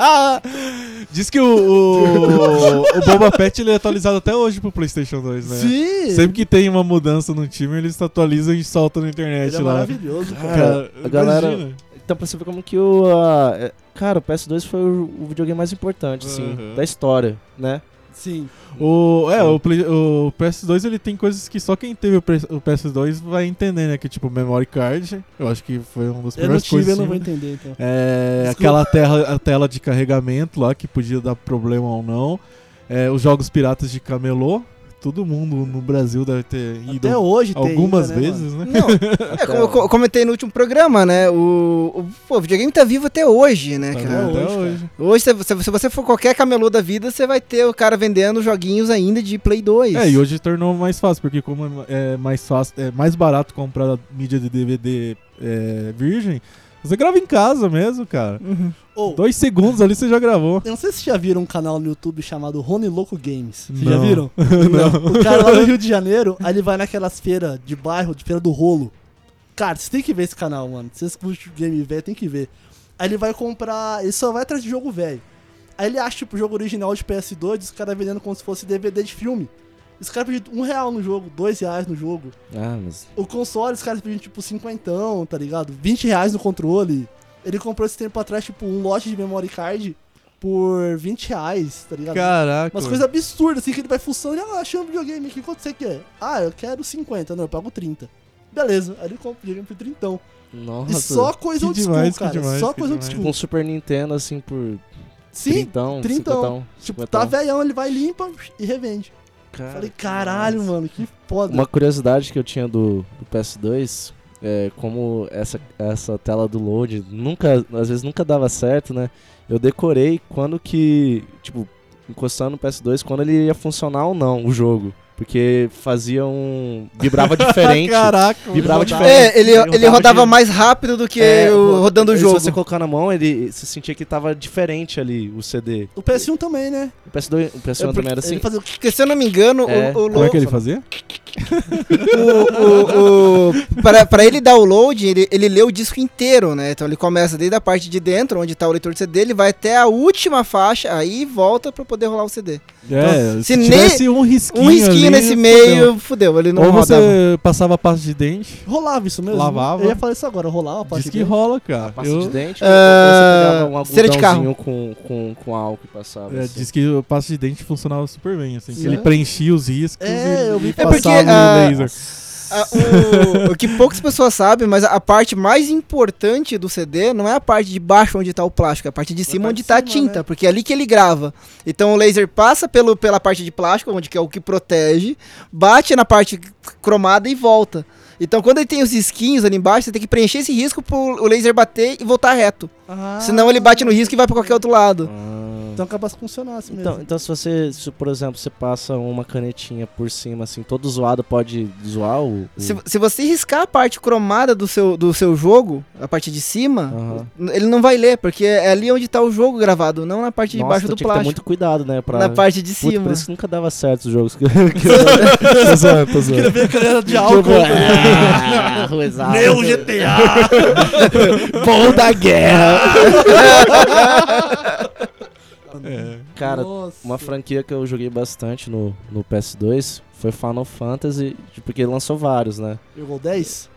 A: Diz que o,
B: (laughs)
A: o, o Boba Fett ele é atualizado até hoje pro PlayStation 2, né?
B: Sim!
A: Sempre que tem uma mudança no time, eles atualizam e soltam na internet
B: Ele é
A: lá.
B: maravilhoso, cara.
E: Cara, a galera-
A: imagina.
E: Então pra você ver como que o. ah, é- cara, o PS2 foi o, o videogame mais importante, assim,
A: Uhum.
E: da história, né?
B: Sim.
A: O, é, o, Play- o PS2 ele tem coisas que só quem teve o PS- o PS2 vai entender, né? Que tipo, memory card, eu acho que foi uma das
B: Eu não
A: primeiras
B: tive, eu
A: coisas.
B: não vou
A: assim.
B: entender, então.
A: É,
B: Desculpa.
A: aquela tela, a tela de carregamento lá que podia dar problema ou não. É, os jogos piratas de camelô. Todo mundo no Brasil deve ter ido
B: Até hoje tem.
A: algumas
B: ainda, né, mano?
A: vezes, né?
C: Não,
E: Então,
C: é como eu co- comentei no último programa, né? O, o, pô, o videogame tá vivo até hoje, né,
A: Tá
C: cara?
A: vendo?
B: hoje,
A: Até
B: cara.
A: hoje.
C: Hoje, se, se- se você for qualquer camelô da vida, você vai ter o cara vendendo joguinhos ainda de Play 2.
A: É, e hoje tornou mais fácil, porque como é mais fácil, é mais barato comprar a mídia de DVD é, virgem, você grava em casa mesmo, cara.
C: Uhum.
B: Ou,
A: Dois segundos ali você já gravou.
B: Eu não sei se vocês já viram um canal no YouTube chamado Rony Louco Games. Vocês já
A: Não. (laughs)
B: viram?
A: Não.
B: O cara lá no Rio de Janeiro, aí ele vai naquelas feiras de bairro, de feira do rolo. Cara, você tem que ver esse canal, mano. Vocês curtem game velho, tem que ver. Aí ele vai comprar. Ele só vai atrás de jogo velho. Aí ele acha, tipo, o jogo original de PS2, os caras vendendo como se fosse DVD de filme. Os caras pedindo um real no jogo, dois reais no jogo.
E: Ah, mas.
B: O console, os caras pediam tipo cinquentão, tá ligado? 20 reais no controle. Ele comprou esse tempo atrás, tipo, um lote de memory card por 20 reais, tá ligado?
A: Caraca.
B: Umas coisas absurdas, assim, que ele vai fuçando e ah, achei um videogame aqui, quanto você quer? Ah, eu quero 50, não, eu pago 30. Beleza, aí ele compra o videogame por 30.
E: Nossa.
B: E só coisa
A: que
B: old school,
A: demais, que
B: cara.
A: demais,
B: só
A: que
B: coisa old
A: demais.
E: Tipo
B: school.
E: um Super Nintendo, assim, por.
B: Sim,
E: trintão,
B: trintão.
E: cinquentão,
B: tipo,
E: cinquentão.
B: tá velhão, ele vai, limpa e revende.
E: Cara,
B: Falei,
E: que
B: caralho,
E: massa.
B: mano, que foda.
E: Uma curiosidade que eu tinha do, do PS2 é como essa, essa tela do load nunca, às vezes nunca dava certo, né? Eu decorei quando que, tipo, encostando no PS2, quando ele ia funcionar ou não o jogo. Porque fazia um.
C: (laughs)
E: vibrava diferente.
A: Caraca,
E: vibrava
B: rodava.
E: diferente.
C: É, ele,
E: Ele
C: ele
E: rodava
C: rodava
E: de-
C: mais rápido do que
E: É,
C: o,
E: ro-
C: rodando o
E: se
C: jogo.
E: você colocar na mão, ele se sentia que tava diferente ali o CD.
B: O PS1 também, né?
E: O PS2, o PS1 também era assim.
B: Ele fazia
C: Porque se eu não me engano, o-
E: É.
C: o,
A: Como é que
C: load-
A: ele fazia?
C: o- o- o- para- para ele dar o load, ele, ele lê o disco inteiro, né? Então ele começa desde a parte de dentro, onde tá o leitor de CD, ele vai até a última faixa, aí volta pra poder rolar o CD.
A: É,
C: se
A: se
C: nem-
A: tivesse um risquinho.
C: Um risquinho
A: ali,
C: nesse
A: fudeu.
C: meio, fudeu, ele não
A: Ou
C: rodava.
A: você passava pasta de dente.
B: Rolava isso mesmo?
A: Lavava.
B: Eu ia falar isso agora, rolava a parte
A: Diz que
B: dele.
A: rola, cara.
E: Pasta
A: Eu-
E: de dente,
C: Ah,
E: ou você pegava um
C: cera de carro.
E: algodãozinho com, com, com álcool e passava.
A: É,
E: assim.
A: diz que o pasta de dente funcionava super bem, assim. que
B: Sim.
A: ele preenchia os riscos
B: É,
A: e,
B: eu vi
A: e
B: falar.
C: porque,
A: passava no
C: ah,
A: laser.
C: Ah, o, o que poucas pessoas sabem, mas a parte mais importante do CD não é a parte de baixo onde tá o plástico, é a parte de cima
B: parte
C: onde
B: de
C: tá a
B: cima,
C: tinta,
B: né?
C: porque é ali que ele grava. Então o laser passa pelo, pela parte de plástico, onde que é o que protege, bate na parte cromada e volta. Então quando ele tem os risquinhos ali embaixo, você tem que preencher esse risco pro o laser bater e voltar reto.
B: Ah,
C: Senão ele bate no risco e vai pra qualquer outro lado.
E: Ah.
B: Então acaba se funcionando assim mesmo.
E: Então, então se você, se, por exemplo, você passa uma canetinha por cima, assim, todo zoado, pode zoar o. o-
C: Se, se você riscar a parte cromada do seu, do seu jogo, a parte de cima,
E: Aham.
C: ele não vai ler, porque é ali onde tá o jogo gravado, não na parte de
E: Nossa,
C: baixo
E: tinha
C: do
E: que ter
C: plástico.
E: muito cuidado, né? Pra...
C: Na parte de
E: Puta,
C: cima.
E: por isso que nunca dava certo os jogos. que- (laughs) que
C: (laughs)
E: eu- tô zoando, tô zoando. Tipo, é,
B: ver a galera (laughs) de álcool.
E: né?
B: Meu GTA!
E: Bom da guerra!
A: É.
E: Cara,
B: Nossa.
E: uma franquia que eu joguei bastante no, no PS2 foi Final Fantasy, porque lançou vários, né?
B: Jogou 10?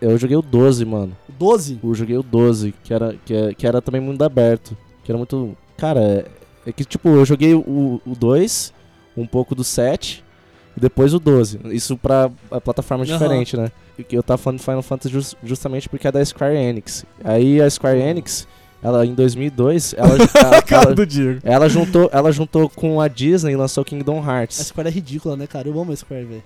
E: Eu joguei o 12, mano.
B: 12?
E: Eu joguei o 12, que era, que, é- que era também mundo aberto. Que era muito. Cara, é, é que tipo, eu joguei o, o 2, um pouco do 7, e depois o 12. Isso pra a plataforma
B: Aham.
E: diferente, né? E que eu tava falando de Final Fantasy jus- justamente porque é da Square Enix. Aí a Square Enix, ela em 2002, ela, ela-
A: Cara
E: ela-
A: do Diego.
E: ela juntou, ela juntou com a Disney e lançou Kingdom
B: A
E: Hearts.
B: Square é ridícula, né, cara? Eu amo a Square, velho.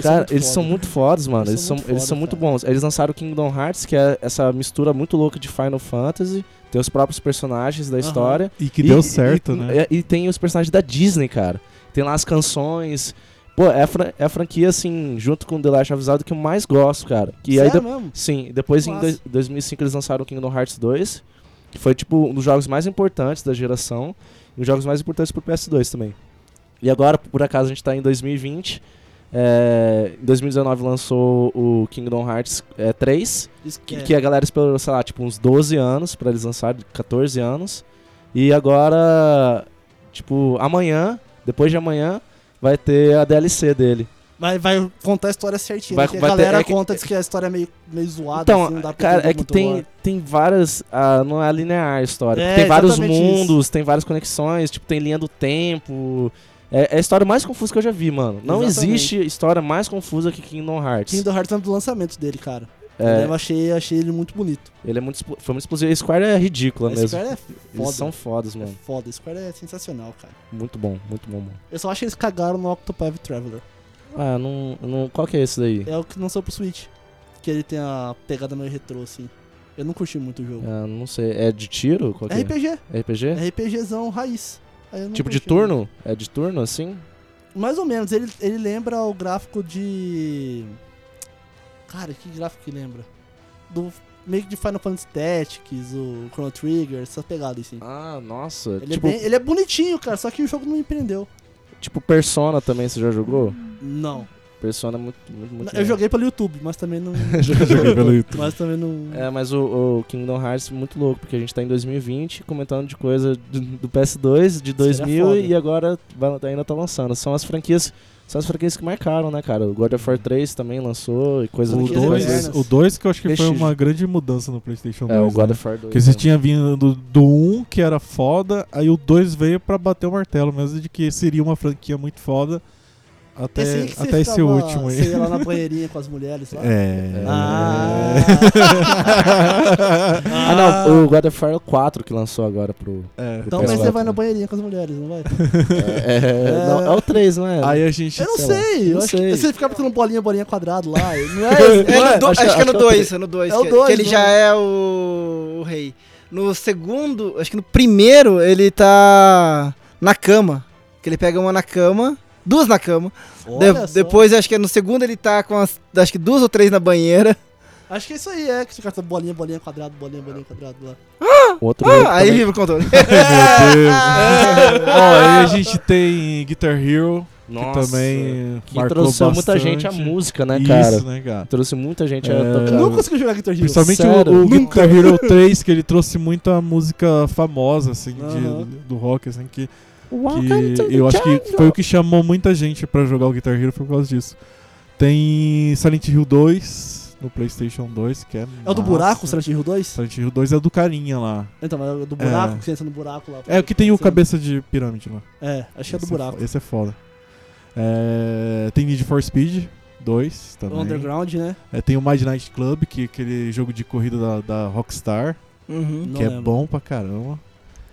E: Cara, eles são muito fodas, mano.
B: Eles
E: Eles, são,
B: são muito
E: eles são
B: foda,
E: muito
B: cara.
E: bons. Eles lançaram Kingdom Hearts, que é essa mistura muito louca de Final Fantasy. Tem os próprios personagens da
B: Aham.
E: história.
A: E que
E: E-
A: deu
E: e-
A: certo,
E: e, é,
A: né?
E: E, e tem os personagens da Disney, cara. Tem lá as canções. Pô, é a, fran- é a franquia, assim, junto com The Last of Us, do que eu mais gosto, cara. E aí,
B: Sério
E: de-
B: mesmo?
E: sim, depois em
B: Massa.
E: dois- 2005 eles lançaram Kingdom Hearts 2, que foi, tipo, um dos jogos mais importantes da geração. E um dos jogos mais importantes pro PS2 também. E agora, por acaso, a gente tá em 2020. É, em 2019 lançou o Kingdom Hearts é, 3,
B: Isso que
E: que,
B: é.
E: que a galera esperou, sei lá, tipo uns 12 anos pra eles lançarem, 14 anos. E agora, tipo, amanhã, depois de amanhã, vai ter a DLC dele.
B: Vai, vai contar a história certinha.
E: Vai-
B: Vai, a
E: vai ter-
B: galera
E: é que-
B: conta diz que a história é meio, meio zoada,
E: então,
B: assim, não dá pra
E: cara,
B: entender
E: é que
B: muito
E: tem,
B: lore.
E: tem várias. ah, não é linear a história.
B: É,
E: tem vários
B: exatamente
E: mundos, tem várias conexões, tipo, tem linha do tempo. É, é a história mais confusa que eu já vi, mano. Não
B: Exatamente.
E: existe história mais confusa que Kingdom Hearts.
B: Kingdom né, Hearts é um dos lançamentos dele, cara.
E: É,
B: Eu achei, achei ele muito bonito.
E: ele é muito. explo- Foi muito explosivo. A Square é ridícula
B: A
E: mesmo.
B: Square é
E: Eles
B: foda.
E: são fodas,
B: É
E: mano.
B: foda, Square é sensacional, cara.
E: Muito bom, muito bom. mano.
B: Eu só acho que eles cagaram no Octopath Traveler.
E: Ah, não, não. Qual que é esse daí?
B: É o que lançou pro Switch. Que ele tem a pegada meio retrô, assim. Eu não curti muito o jogo.
E: Ah, não sei. É de tiro? Qual que
B: É
E: é?
B: RPG,
E: RPG?
B: RPGzão raiz. Aí eu não
E: tipo de
B: curti muito.
E: turno? É de turno, assim?
B: Mais ou menos, ele, ele lembra o gráfico de. Cara, que gráfico que lembra? Do meio que de Final Fantasy Tactics, o Chrono Trigger, essas pegadas assim.
E: Ah, nossa.
B: Ele,
E: tipo,
B: é bem- ele é bonitinho, cara, só que o jogo não me prendeu.
E: tipo Persona também, você já jogou?
B: Não.
E: Persona é muito, muito, muito
B: eu
E: bom.
B: joguei pelo YouTube, mas também não. (laughs)
A: Joguei pelo YouTube.
B: mas também não.
E: É, mas o, o Kingdom Hearts é muito louco, porque a gente tá em 2020 comentando de coisa do, do PS2, de 2000
B: foda.
E: e agora vai- ainda tá lançando. São as franquias são as franquias que marcaram, né, cara? O God of War 3 também lançou e coisa
A: O
E: daqui-
B: Franquias
E: coisa-
B: eternas.
A: 2, o dois que eu acho que foi
E: Prestígio.
A: uma grande mudança no PlayStation 2.
E: É, o
A: né?
E: God of War 2.
A: Porque você tinha vindo do, do 1, que era foda, aí o 2 veio pra bater o martelo, mesmo de que seria uma franquia muito foda até
B: aí
A: esse,
B: que você
A: é, até esse
B: ficava-
A: último aí.
B: Você ia lá na banheirinha com as mulheres lá.
A: (laughs) É.
B: Ah.
E: Ah, não, o God of War 4 que lançou agora pro.
A: É.
B: Então,
E: Eu
B: mas
E: peço
B: você
E: lá
B: vai na
E: também.
B: banheirinha com as mulheres, não vai?
E: É, é, não, é o 3, não é?
A: Aí a gente.
B: Eu não
E: Sei
B: sei,
E: lá, não
B: eu acho
E: sei.
B: que você ficar botando bolinha, bolinha quadrado lá, não é?
C: É, no
E: acho
C: do- acho,
E: que-
C: que é
E: acho
C: no
E: que é o
C: 2, é no 2.
B: É
C: que,
B: o dois,
C: que ele
B: né?
C: já é o, o rei. No segundo, acho que no primeiro, ele tá na cama. Que ele pega uma na cama, duas na cama. De-
B: Olha só.
C: depois, acho que é no segundo, ele tá com as, acho que duas ou três na banheira.
B: Acho que é isso aí, é, que fica essa bolinha, bolinha, quadrado, bolinha, bolinha, quadrado lá.
E: o Um outro
C: Ah,
E: meio que
C: aí Ah.
E: também-
C: vive o controle.
A: Meu Deus. Ó, aí a
B: (laughs)
A: gente tem Guitar Hero,
E: Nossa,
A: que também
E: que
A: marcou
E: trouxe
A: bastante.
E: muita gente à música, né, cara?
A: Isso, né, cara?
E: Trouxe muita gente a
A: É.
E: tocar.
B: Eu não consegui jogar Guitar Hero. É
A: Principalmente
E: Sério?
A: o, o Guitar
B: (laughs)
A: Hero 3, que ele trouxe muita música famosa, assim, de-
B: Aham.
A: do rock, assim, que que eu acho que foi o que chamou muita gente pra jogar o Guitar Hero foi por causa disso. Tem Silent Hill 2 no PlayStation 2, que é
B: É o do buraco, o Silent Hill 2?
A: Silent Hill 2 é o do carinha lá.
B: Então, mas é o do buraco,
A: É.
B: que você entra no buraco lá.
A: É o que tem o
B: Você-
A: cabeça de pirâmide lá.
B: É, acho que é do
A: Esse
B: buraco.
A: fo- Esse é foda. É, tem Need for Speed, 2 também.
B: Underground, né?
A: É, tem o Mad Night Club, que é aquele jogo de corrida da, da Rockstar,
C: Uhum.
B: Não
A: que é
B: lembro.
A: bom pra caramba.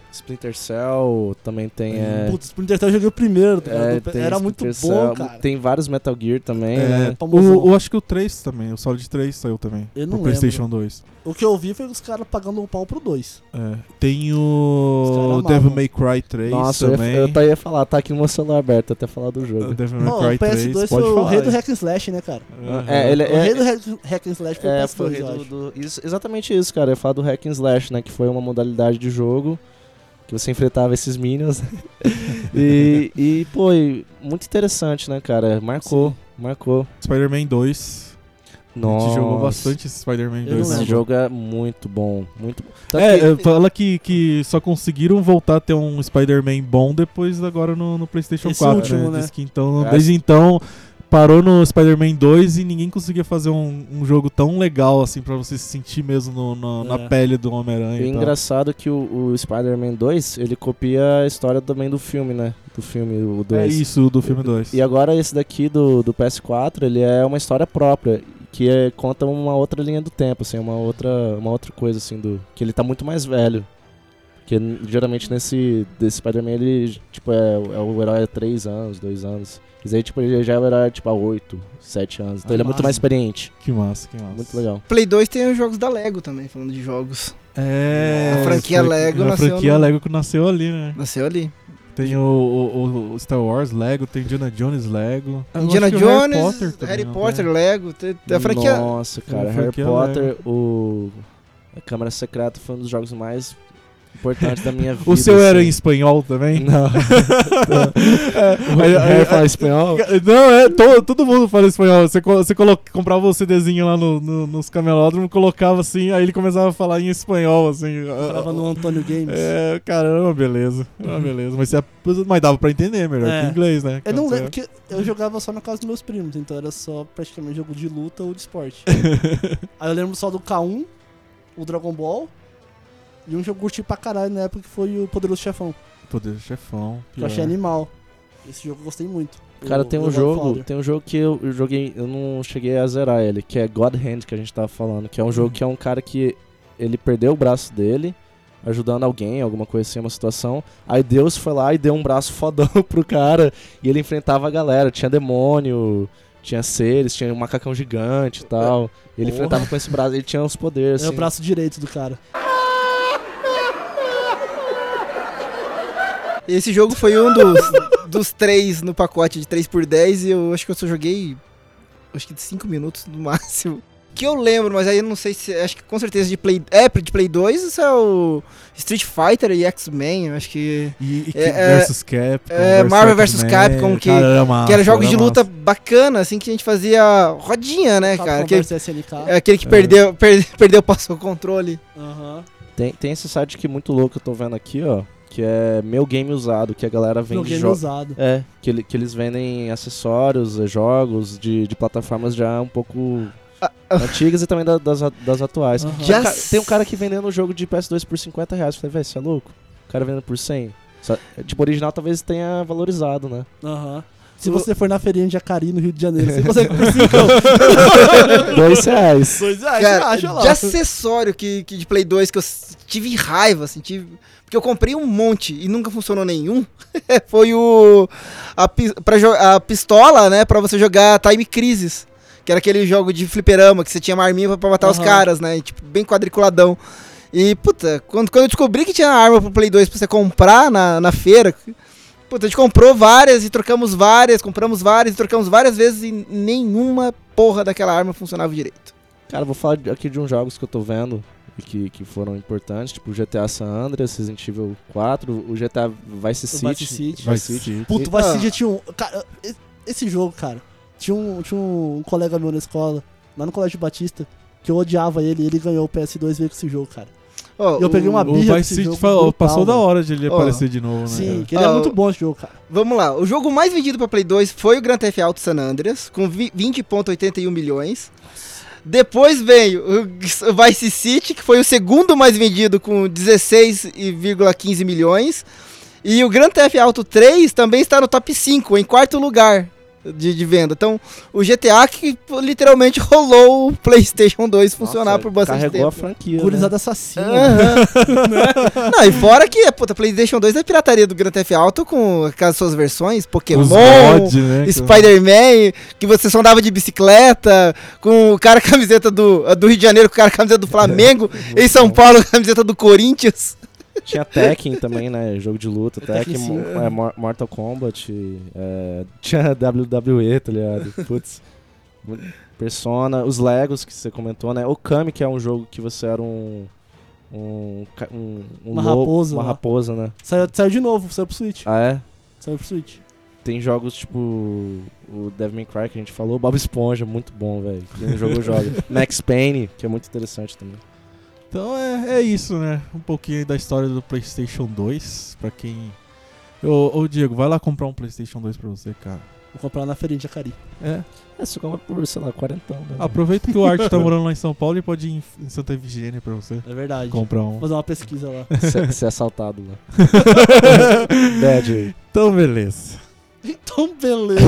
E: Splinter Cell também tem. É,
B: Hum, Putz, Splinter Cell eu joguei o primeiro, tá
E: é,
B: ligado?
E: tem
B: Era muito
E: Splinter
B: bom,
E: Cell,
B: cara.
E: Tem vários Metal Gear também,
A: É,
E: né?
B: famosão.
A: o, eu acho que o 3 também, o Solid 3 saiu também.
B: Eu
A: pro
B: não
A: PlayStation 2.
B: O que eu vi foi os caras pagando um pau pro 2.
A: É. Tem
B: Os caras
A: o
B: amavam.
A: Devil May Cry 3
E: Nossa, eu
A: também.
E: ia, eu tá- ia falar, tá aqui no meu celular aberto até falar do
A: O
E: jogo.
A: Devil
B: Ó,
A: May
B: o
A: Cry 3,
B: PS2
A: pode
B: foi o
A: falar.
B: rei do hack and slash, né, cara?
A: Aham.
E: É, ele
B: O rei
E: é.
B: do hack- hack and slash foi o
E: É,
B: PS2,
E: foi o rei
B: eu
E: do,
B: acho.
E: do- isso- exatamente isso, cara. Eu falo do hack and slash, né? Que foi uma modalidade de jogo que você enfrentava esses minions. (laughs) e, e, pô, e muito interessante, né, cara? Marcou, marcou.
A: (laughs) Spider-Man 2.
E: Nossa.
A: A gente jogou bastante esse Spider-Man 2.
B: Eu não
E: Esse
A: né?
B: lembro.
E: jogo é muito bom, muito bom. Tanto
A: É,
E: que-
A: é, fala que, que só conseguiram voltar a ter um Spider-Man bom depois agora no, no PlayStation
B: Esse
A: 4.
B: último, né?
A: Diz que então,
E: É.
A: Desde então, parou no Spider-Man 2 e ninguém conseguia fazer um, um jogo tão legal assim pra você se sentir mesmo no- no- na
B: É.
A: pele do
E: E
A: Homem-Aranha.
E: é
A: e tal.
E: engraçado que o, o Spider-Man 2, ele copia a história também do filme, né? Do filme, o 2.
A: É isso do filme 2.
E: E agora esse daqui do, do PS4, ele é uma história própria, que é- conta uma outra linha do tempo, assim, uma outra, uma outra coisa, assim, do. Que ele tá muito mais velho. Porque n- geralmente nesse desse Spider-Man ele, tipo, é, é o herói há 3 anos, 2 anos. Mas aí, tipo, ele já é o herói, tipo, há 8, 7 anos. Então
B: Ah,
E: ele é muito
B: massa.
E: mais experiente.
A: Que massa, que massa.
E: Muito legal.
C: Play 2 tem os jogos da Lego também, falando de jogos.
A: É.
C: A franquia
A: foi-
C: Lego
A: A
C: nasceu
A: franquia
C: no-
A: Lego que nasceu ali, né?
C: Nasceu ali.
A: Tem o, o- o Star Wars Lego, tem Indiana Jones Lego. Eu
C: Indiana
A: acho que o
C: Jones,
A: Harry Potter, também, não tem?
C: Lego, te- te- a franquia...
E: Nossa, cara,
A: A
E: Harry
A: franquia né?
E: Potter, o. A Câmara Secreta foi um dos jogos mais importantes da minha
A: (laughs)
E: vida.
A: O seu era em
E: assim.
A: espanhol também? (laughs) É,
E: Não.
A: Aí-
E: o
A: aí-
E: Harry fala espanhol?
A: Não, é, to- todo mundo fala espanhol. Você, co- você colo- comprava o CDzinho lá no, no- nos camelódromos, colocava assim, aí ele começava a falar em espanhol, assim.
B: Tava no Antônio Games.
A: É, cara, era uma beleza. Era uma beleza. Mas, você- mas dava pra entender melhor
B: É.
A: que inglês, né?
B: Eu não lembro, porque eu jogava só na casa dos meus primos, então era só praticamente jogo de luta ou de esporte.
A: é.
C: (laughs)
B: Aí eu lembro só do K1, o Dragon Ball, e um jogo que eu curti pra caralho na época que foi o Poderoso Chefão,
A: Poder do chefão.
B: que eu
C: É.
B: achei animal. Esse jogo eu gostei muito.
E: Cara,
B: O-
E: tem
B: o
E: um jogo,
B: Godfather.
E: tem um jogo que eu eu joguei, eu não cheguei a zerar ele, que é God Hand que a gente tava falando, que é um
A: Uhum.
E: jogo que é um cara que ele perdeu o braço dele ajudando alguém, alguma coisa assim, uma situação. Aí Deus foi lá e deu um braço fodão (laughs) pro cara e ele enfrentava a galera, tinha demônio, tinha seres, tinha um macacão gigante e tal. Ele
B: Porra.
E: enfrentava com esse braço, ele tinha uns poderes
B: É o
E: assim.
B: braço direito do cara.
C: Esse jogo foi um dos, (laughs) dos três no pacote de 3x10 e eu acho que eu só joguei acho que de 5 minutos no (laughs) máximo. Que eu lembro, mas aí eu não sei se. Acho que com certeza de Play. É, de Play 2, isso é o Street Fighter e X-Men, eu acho que.
A: E, e que-
C: É, é,
A: versus Capcom.
C: é, Marvel versus
A: X-Men,
C: Capcom, que-
A: cara, era massa,
C: que era jogos de
A: era
C: luta
A: Ah, massa.
C: bacana, assim, que a gente fazia rodinha, né, cara?
B: Capcom
C: Que,
B: vs SNK.
C: é aquele que
A: É.
C: perdeu, (laughs) per- perdeu, passou o controle.
B: Aham.
E: Tem, tem esse site que é muito louco, eu tô vendo aqui, ó, que é Meu Game Usado, que a galera vende
B: Joguei no
E: jogos
B: usado.
E: É, que, ele- que eles vendem acessórios, eh, jogos de, de plataformas já um pouco
C: Ah,
E: antigas e também da- das, a- das atuais.
B: Aham.
E: Tem um
C: Já
E: ca-
C: s-
E: Tem um cara que vendendo um jogo de PS2 por 50 reais. Eu falei, velho, você é louco? O cara vendendo por 100. Só- tipo, o original talvez tenha valorizado,
C: (laughs)
E: né?
B: Aham. Se
C: O-
B: você for na feirinha de Jacari, no Rio de Janeiro, você
C: (laughs)
B: consegue por 5
E: Dois reais.
B: dois reais, você
C: Cara,
B: acha lá.
C: de acessório que, que de Play 2 que eu s- tive raiva, assim, tive, porque eu comprei um monte e nunca funcionou nenhum. (laughs) Foi o a, pi- pra jo- a pistola, né, Pra você jogar Time Crisis, que era aquele jogo de fliperama que você tinha uma arminha pra- pra matar os
B: Aham.
C: caras, né, e, tipo, bem quadriculadão. E puta, quando, quando eu descobri que tinha arma pro Play 2 pra você comprar na, na feira, puta, a gente comprou várias e trocamos várias, compramos várias e trocamos várias vezes e nenhuma porra daquela arma funcionava direito.
E: Cara, vou falar de- aqui de uns jogos que eu tô vendo e que, que foram importantes, tipo GTA San Andreas, Resident Evil 4, o GTA Vice City.
B: Vice City.
A: Vice City.
B: Puto,
C: Ah.
B: vai City tinha um. Cara, e- esse jogo, cara. Tinha um, tinha um colega meu na escola, lá no Colégio Batista, que eu odiava ele. Ele ganhou o PS2 e veio com esse jogo, cara.
C: Ó,
B: E eu peguei uma
A: O
B: birra
A: Vice
B: desse
A: City
B: jogo
A: falou,
B: brutal,
A: passou da
B: mano.
A: hora de ele
C: Ó,
A: aparecer de novo, né?
B: Sim,
A: cara?
B: que ele
C: Ah,
B: é muito
C: o-
B: bom esse jogo, cara.
C: Vamos lá, o jogo mais vendido para Play 2 foi o Grand Theft Auto San Andreas, com vi- 20.81 milhões. Depois vem o (laughs) Vice City, que foi o segundo mais vendido com 16,15 milhões. E o Grand Theft Auto 3 também está no top 5, em quarto lugar. de, de venda. Então, o GTA que pô, literalmente (laughs) rolou o PlayStation 2 (laughs) funcionar
E: Nossa,
C: por bastante
E: carregou
C: tempo.
E: a franquia. né?
B: Gurizada assassina.
A: (laughs)
C: Aham. Né? Não, e fora que, puta, PlayStation 2 é pirataria do Grand Theft Auto com as suas
A: Os
C: versões, Pokémon,
A: mods, né? que-
C: Spider-Man, que você só andava de bicicleta, com o cara com a camiseta do, do Rio de Janeiro, com o cara com a camiseta do Flamengo,
A: É,
C: em São Paulo com a camiseta do Corinthians.
E: Né? Tinha Tekken também, né? Jogo de luta, Tekken,
B: Tekken
E: mo-
B: cinco.
E: é, Mor- Mortal Kombat, é, tinha (laughs) WWE, tá ligado? Putz. Persona, os Legos que você comentou, né? Okami, que é um jogo que você era um. Um, ca- um, um
B: Uma
E: lobo-
B: raposa,
E: Uma
B: né?
E: raposa, né?
B: Saiu, saiu de novo, saiu pro Switch.
E: Ah, é?
B: Saiu pro Switch.
E: Tem jogos tipo o Devil May Cry que a gente falou, Bob Esponja, muito bom, velho. Quem não jogou, joga. Max Payne, que é muito interessante também.
A: Então é, é isso, né? Um pouquinho aí da história do PlayStation 2. Pra quem. Ô, ô Diego, vai lá comprar um PlayStation 2 pra você, cara.
B: Vou comprar lá na feirinha de Jacari.
A: É.
E: É, só compra por, sei lá, quarentão, né?
A: Aproveita que o Art tá morando lá em São Paulo e pode ir em, em Santa Efigênia pra você
B: É verdade. Vou
A: comprar
B: (laughs)
A: um.
B: fazer uma pesquisa lá.
E: Ser, ser assaltado lá. Bad.
A: Então, beleza.
B: então, beleza.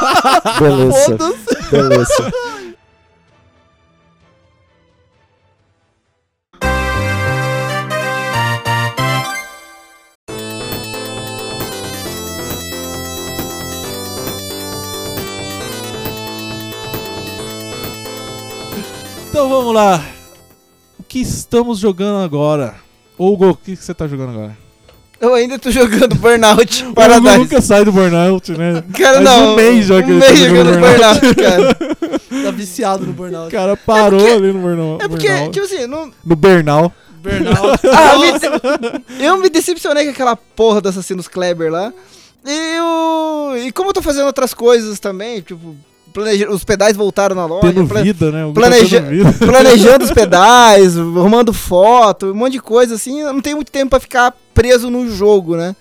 E: (laughs) Beleza. Beleza.
A: Então vamos lá. O que estamos jogando agora? Ô, Hugo, o que que você tá jogando agora?
C: Eu ainda tô jogando Burnout
A: O Hugo
C: Paradise.
A: nunca sai do Burnout, né?
C: Cara,
A: Faz
C: não.
A: um mês já que
C: um
A: ele tá
C: mês
A: jogando
C: jogando
A: Burnout.
C: Burnout, cara.
B: Tá viciado no
A: O
B: burnout.
A: cara parou
C: É porque-
A: ali no Burnout. (laughs)
C: É porque,
A: Burnout.
C: tipo assim, não...
A: No Bernal.
B: Burnout.
C: Ah, me de- eu me decepcionei com aquela porra do Assassinos Kleber lá. E, eu... e como eu tô fazendo outras coisas também, tipo, planeja... os pedais voltaram na loja.
A: Tendo
C: plane-
A: vida, né? O Hugo tá
C: planeja-
A: tendo vida.
C: planejando
E: (laughs)
C: os pedais, arrumando foto, um monte de coisa assim. Eu não tenho muito tempo pra ficar preso no jogo, né?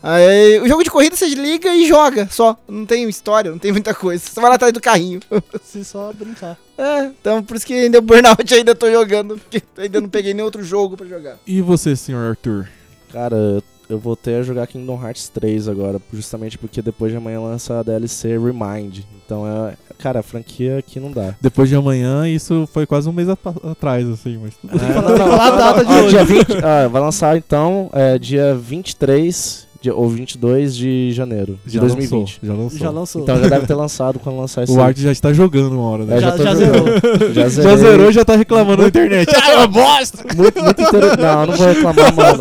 C: Aí, o jogo de corrida você liga e joga só. Não tem história, não tem muita coisa. Você vai lá atrás do carrinho.
B: Se só brincar.
C: É, então por isso que ainda o Burnout ainda tô jogando, porque ainda não peguei nenhum outro jogo pra jogar.
A: E você, senhor Arthur?
E: Cara, eu- eu voltei a jogar Kingdom Hearts 3 agora, justamente porque depois de amanhã lança a DLC Remind. Então, é, cara, a franquia aqui não dá.
A: Depois de amanhã, isso foi quase um mês apa- atrás, assim, mas tudo bem.
E: É,
B: Falar falar a data de
E: Ah, dia
B: hoje.
E: 20, ah, vai lançar então é, dia 23 de, ou 22 de janeiro de
A: (laughs) Já
E: 2020.
A: lançou, já lançou.
B: Já lançou.
E: Então já deve ter lançado quando lançar isso.
A: O
E: aí.
A: Art já está jogando uma hora, né?
E: É,
B: já,
E: já tô
B: já
E: jogando.
B: zerou.
E: já
A: (laughs) Já
E: zerei.
A: zerou e já tá reclamando na
E: (laughs)
A: internet. Ah, é uma bosta!
E: Muito, muito interessante. Não, eu não vou reclamar, mano.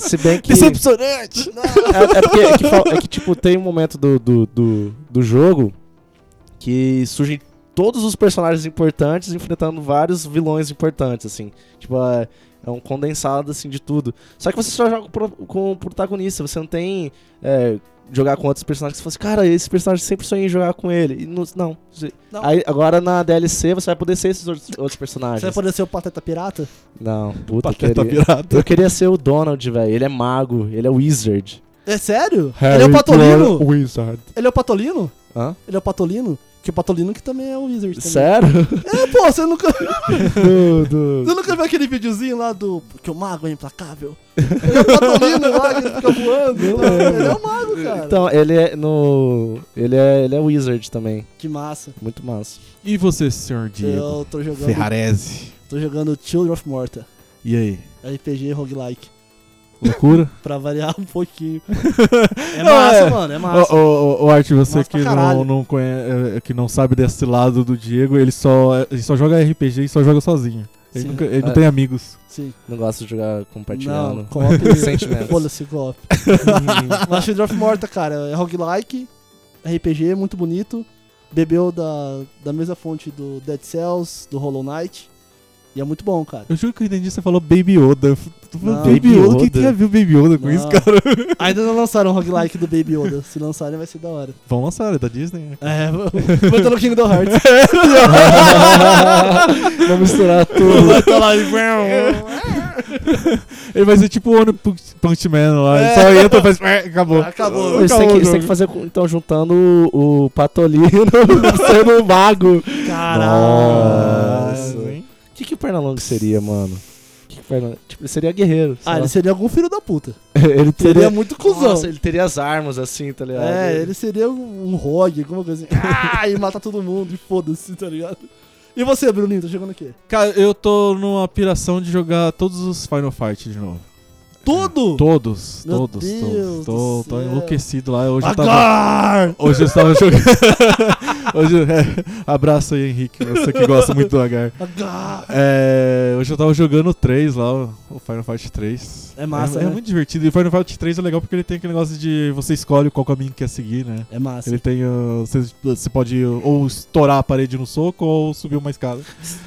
E: Se bem que.
A: Decepcionante!
E: É, é porque é que, fal- é que, tipo, tem um momento do, do, do, do jogo que surgem todos os personagens importantes enfrentando vários vilões importantes, assim. Tipo, é, é um condensado, assim, de tudo. Só que você só joga pro- com o protagonista, você não tem... é, jogar com outros personagens que você fala assim, cara, esse personagem sempre sonhei em jogar com ele. E não, não.
B: Não.
E: Aí, agora na DLC você vai poder ser esses outros, outros personagens.
B: Você vai poder ser o Pateta Pirata?
E: Não,
B: (laughs)
E: puta,
A: Pateta
E: queria...
A: tá pirata.
E: Eu queria ser o Donald, velho. Ele é mago, ele é wizard.
B: É sério? ele é o Patolino? Ele é o Patolino?
E: Hã?
B: Ele é o Patolino? Que o Patolino que também é o Wizard. Também.
E: Sério? (laughs)
B: É, pô, você nunca,
E: Do- do-
B: você nunca viu aquele videozinho lá do. Que o mago é implacável? Ele é o Patolino lá, que ele fica voando. Ele é o mago, cara.
E: Então, ele é no. Ele é, ele é wizard também.
B: que massa.
E: Muito massa.
A: E você, senhor Diego?
B: Eu tô jogando.
A: Ferrarese.
B: Tô jogando Children of Morta.
A: E aí?
B: RPG roguelike.
A: Loucura?
B: Pra variar um pouquinho. É massa, mano. É massa.
A: Ô, ô, ô, ô, Art, você
B: Massa
A: que
B: pra
A: não,
B: caralho.
A: não conhe- é, que não sabe desse lado do Diego, ele só, eh, ele só joga RPG e só joga sozinho. Ele,
B: Sim.
A: nunca- ele não
E: É.
A: tem amigos.
B: Sim.
E: Não gosto de jogar compartilhando.
B: Não, (laughs) co-op.
E: (laughs) Sentimentos.
B: Foda-se, (laughs) co-op. Mas Children of Morta, cara, é roguelike, RPG, muito bonito. Bebeu da, da mesma fonte do Dead Cells, do Hollow Knight. E é muito bom, cara.
A: Eu juro que eu entendi, você falou Baby Yoda. Eu tô falando
B: Não.
A: Baby
E: Baby
A: Yoda? Quem
E: Yoda?
A: tem a ver o Baby Yoda com
B: Não.
A: isso, cara?
B: (laughs)
A: (laughs)
B: Ainda não lançaram o roguelike do Baby Yoda. Se lançarem, vai ser da hora.
A: Vão lançar, é da Disney, né?
B: É, botando no Kingdom (laughs) Hearts.
E: Vou misturar tudo.
B: Vai tá lá e...
A: Ele vai ser tipo o One Punch Punch Man lá. Ele só entra e faz. "Ah, Acabou.
B: Acabou.
E: Eles têm que,
A: Acabou o
E: eles têm
A: jogo.
E: que fazer, com- então, juntando o, o Patolino (laughs) sendo o mago.
B: Caralho.
E: Nossa. O que, que o Pernalongo seria, mano? O Que que o Pernalongo... Tipo, ele seria guerreiro. sei
B: (laughs) Ah,
E: lá.
B: ele seria um- algum filho da puta.
E: (laughs) ele
B: Seria
E: teria.
B: muito cuzão.
E: Nossa, ele teria as armas assim, tá ligado?
B: É, ele seria um um rogue, alguma coisa assim. (laughs) Ah, e matar todo mundo, e foda-se, tá ligado? E você, Bruninho, tá jogando o quê?
A: Cara, eu tô numa piração de jogar todos os Final Fight de novo.
B: Tudo!
A: Todos,
B: Meu
A: todos,
B: Deus
A: todos.
B: do
A: Tô, tô
B: céu.
A: enlouquecido lá. Hoje eu tava,
B: Agar!
A: hoje eu estava (laughs) jogando. hoje, eu- é, abraço aí, Henrique, você que gosta muito do Agar.
B: Agar!
A: É, hoje eu tava jogando o 3 lá, o o Final Fight 3.
B: É massa,
A: é,
B: né?
A: muito divertido. E o Final Fight 3 é legal porque ele tem aquele negócio de você escolhe qual caminho que quer seguir, né?
B: É massa.
A: Ele tem. uh, Você você pode uh, ou estourar a parede no soco ou subir uma escada.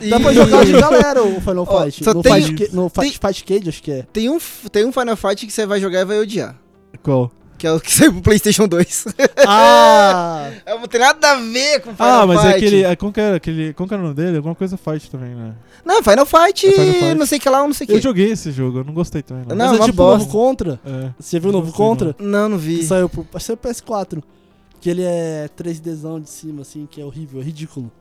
B: Dá pra jogar de galera o Final
C: Ó,
B: Fight.
C: só
B: no
C: tem-
B: Fight, Ca- no
C: tem-
B: Fight, Fight Cage, acho que é.
C: Tem um, tem um Final Fight que você vai jogar e vai odiar.
A: Qual?
C: Que é o que saiu pro Playstation 2.
B: Ah!
C: (laughs) Eu não tem nada a ver com Final
A: ah, mas
C: Fight.
A: é aquele. É, como, que era, aquele como que era o nome dele? Alguma coisa fight também, né?
C: Não, Final Fight,
A: É Final Fight.
C: não sei o que lá, não
B: É
C: sei o
A: Eu
C: que.
A: joguei esse jogo, eu não gostei também. Não.
C: Não,
B: Mas é
C: uma
B: tipo o
C: bosta.
B: novo Contra.
A: É.
B: Você viu o
A: Não
B: novo
A: sei, não.
B: Contra?
C: Não, não vi.
B: Que saiu pro. Acho que saiu pro PS4. Que ele é 3Dzão de cima, assim, que é horrível, é ridículo.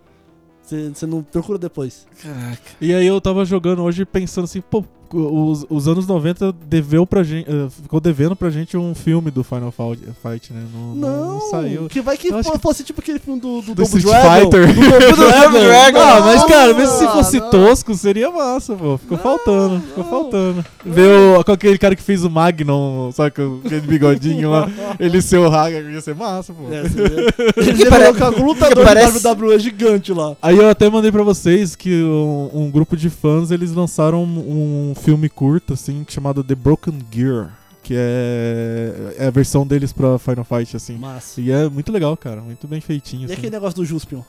B: Você você não procura depois.
C: Caraca.
A: E aí eu tava jogando hoje pensando assim, pô, os, os anos 90 deveu pra gente. eh, ficou devendo pra gente um filme do Final Fight, Fight, né? Não, não saiu.
B: Que vai que,
A: Eu acho
B: fo-
A: que-
B: fosse tipo aquele filme do,
A: Do
B: do, Double
A: Street
B: Dragon.
A: Fighter. (laughs)
B: Do Double Dragon.
A: Ah, mas cara, mesmo se
B: Não,
A: fosse
B: não.
A: tosco, seria massa, pô. Ficou faltando, ficou faltando. Ver o, com aquele cara que fez o Magnum, sabe, com aquele bigodinho
B: (laughs)
A: lá, ele ser o Haga, ia ser massa, pô. (laughs)
B: É, você vê. Ele
C: Que
B: parece,
C: parece-
B: com algum lutador
C: parece-
B: da WWE gigante lá.
A: Aí eu até mandei pra vocês que um, um grupo de fãs, eles lançaram um, um filme curto, assim, chamado The Broken Gear, que é, é a versão deles pra Final Fight, assim.
B: Massa.
A: E é muito legal, cara, muito bem feitinho.
B: E
A: assim.
B: aquele negócio do Juspion?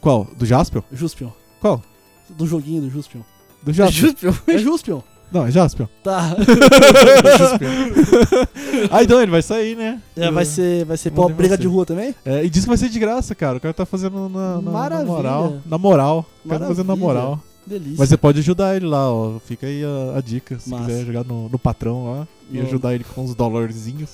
A: Qual? Do Jaspion?
B: Juspion.
A: Qual?
B: Do joguinho do Juspion.
A: Do Jaspion.
B: É Juspion.
A: Não, (laughs) é Jaspion.
B: (laughs) Tá.
A: (laughs) ah, então ele vai sair, né?
B: É, vai ser, vai ser
A: Mandei
B: pô- briga
A: você.
B: de rua também?
A: É, e diz que vai ser de graça, cara. O cara tá fazendo na, na, na
B: Maravilha.
A: moral. Na moral. O cara tá fazendo na
B: Maravilha.
A: moral.
B: Delícia.
A: Mas você pode ajudar ele lá, ó. Fica aí a, a dica. Se
B: Massa.
A: quiser jogar no, no patrão lá e
B: Não.
A: ajudar ele com uns dollarzinhos.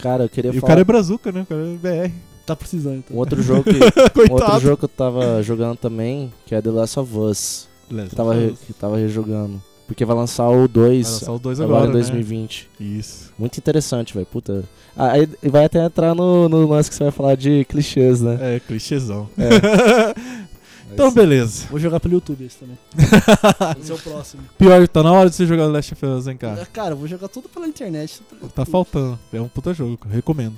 E: Cara, eu queria
A: e o
E: falar
A: cara é brazuca, né? O cara é (laughs) BR.
B: Tá precisando, então.
E: um outro jogo
B: (laughs)
E: que. um outro jogo que eu tava jogando também, que é The Last of Us.
A: Beleza.
E: Que tava, re- que tava rejogando. Porque vai lançar o 2
A: só o dois
E: agora,
A: agora,
E: em
A: né?
E: 2020.
A: Isso.
E: Muito interessante, velho. Puta. Ah, Aí vai até entrar no, no lance que você vai falar de clichês, né?
A: É, clichêzão. (laughs) então,
E: Mas-
A: beleza. (laughs)
B: Vou jogar pelo YouTube esse também. esse é o próximo.
A: Pior que tá na hora de você jogar Last of Us, hein, cara.
B: Cara, eu vou jogar tudo pela internet.
A: Tá faltando. É um puta jogo, cara. recomendo.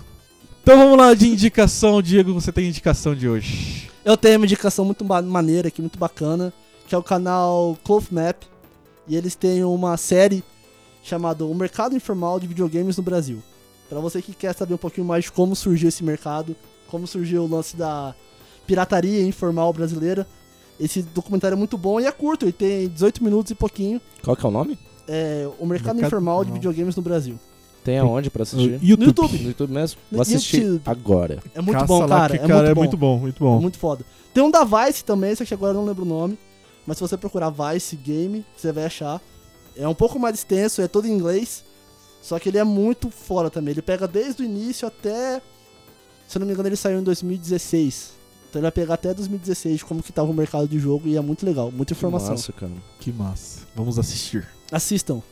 A: Então vamos lá de indicação, Diego. Você tem indicação de hoje?
B: Eu tenho uma indicação muito ba- maneira aqui, muito bacana, que é o canal Cloth Map. E eles têm uma série chamada O Mercado Informal de Videogames no Brasil. Pra você que quer saber um pouquinho mais de como surgiu esse mercado, como surgiu o lance da pirataria informal brasileira, esse documentário é muito bom e é curto, ele tem 18 minutos e pouquinho.
E: Qual que é o nome?
B: É O Mercado,
A: Mercado
B: Informal de
A: Informal.
B: Videogames no Brasil.
E: Tem aonde pra assistir?
A: YouTube.
E: No YouTube mesmo?
B: No
E: Vou assistir
B: YouTube.
E: agora.
B: É muito
A: Caça
B: bom,
A: lá,
B: cara.
A: que,
B: é
A: cara,
B: muito
A: é muito bom,
B: bom.
A: muito
B: É
A: bom.
B: muito foda. Tem um da Vice também, só que agora eu não lembro o nome. Mas se você procurar Vice Game, você vai achar. É um pouco mais extenso, é todo em inglês. Só que ele é muito fora também. Ele pega desde o início até. Se eu não me engano, ele saiu em 2016. Então ele vai pegar até 2016 como que tava o mercado de jogo e é muito legal, muita informação.
E: Nossa, cara.
A: Que massa. Vamos assistir.
B: Assistam.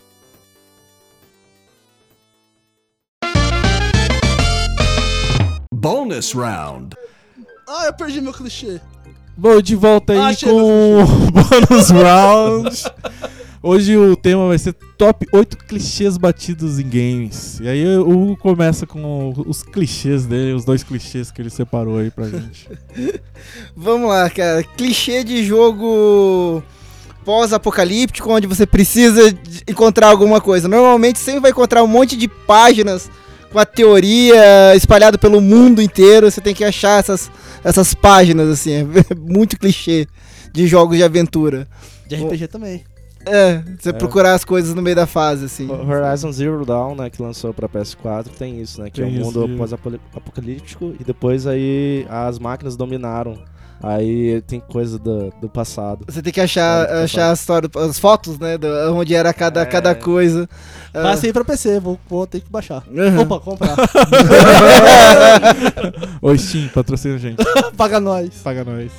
I: Bonus round.
B: Ah, eu perdi meu clichê.
A: Bom, de volta aí
B: Ah,
A: com
B: chega,
A: o (laughs) bônus round. Hoje o tema vai ser top 8 clichês batidos em games. E aí o Hugo começa com os clichês dele, os dois clichês que ele separou aí pra gente.
C: Vamos lá, cara. Clichê de jogo pós-apocalíptico, onde você precisa de- encontrar alguma coisa. Normalmente sempre vai encontrar um monte de páginas com a teoria espalhada pelo mundo inteiro. Você tem que achar essas, essas páginas, assim. É (laughs) muito clichê de jogos de aventura.
B: De RPG também.
C: É, você
E: É.
C: procurar as coisas no meio da fase, assim.
E: O Horizon Zero Dawn, né, que lançou pra PS4, tem isso, né? Que
A: Tem
E: é um
A: isso
E: mundo
A: de-
E: pós-apocalíptico e depois aí as máquinas dominaram. Aí tem coisa do, do passado.
C: Você tem que achar,
E: É, tá
C: achar a história, as fotos, né? do- onde era cada,
E: É. assim,
C: cada coisa. Ah,
B: Passei pra PC, vou, vou ter que baixar.
C: Uhum.
B: Opa,
C: (laughs)
B: comprar.
A: Oi, Steam, patrocina a gente.
B: Paga nós.
A: Paga nós.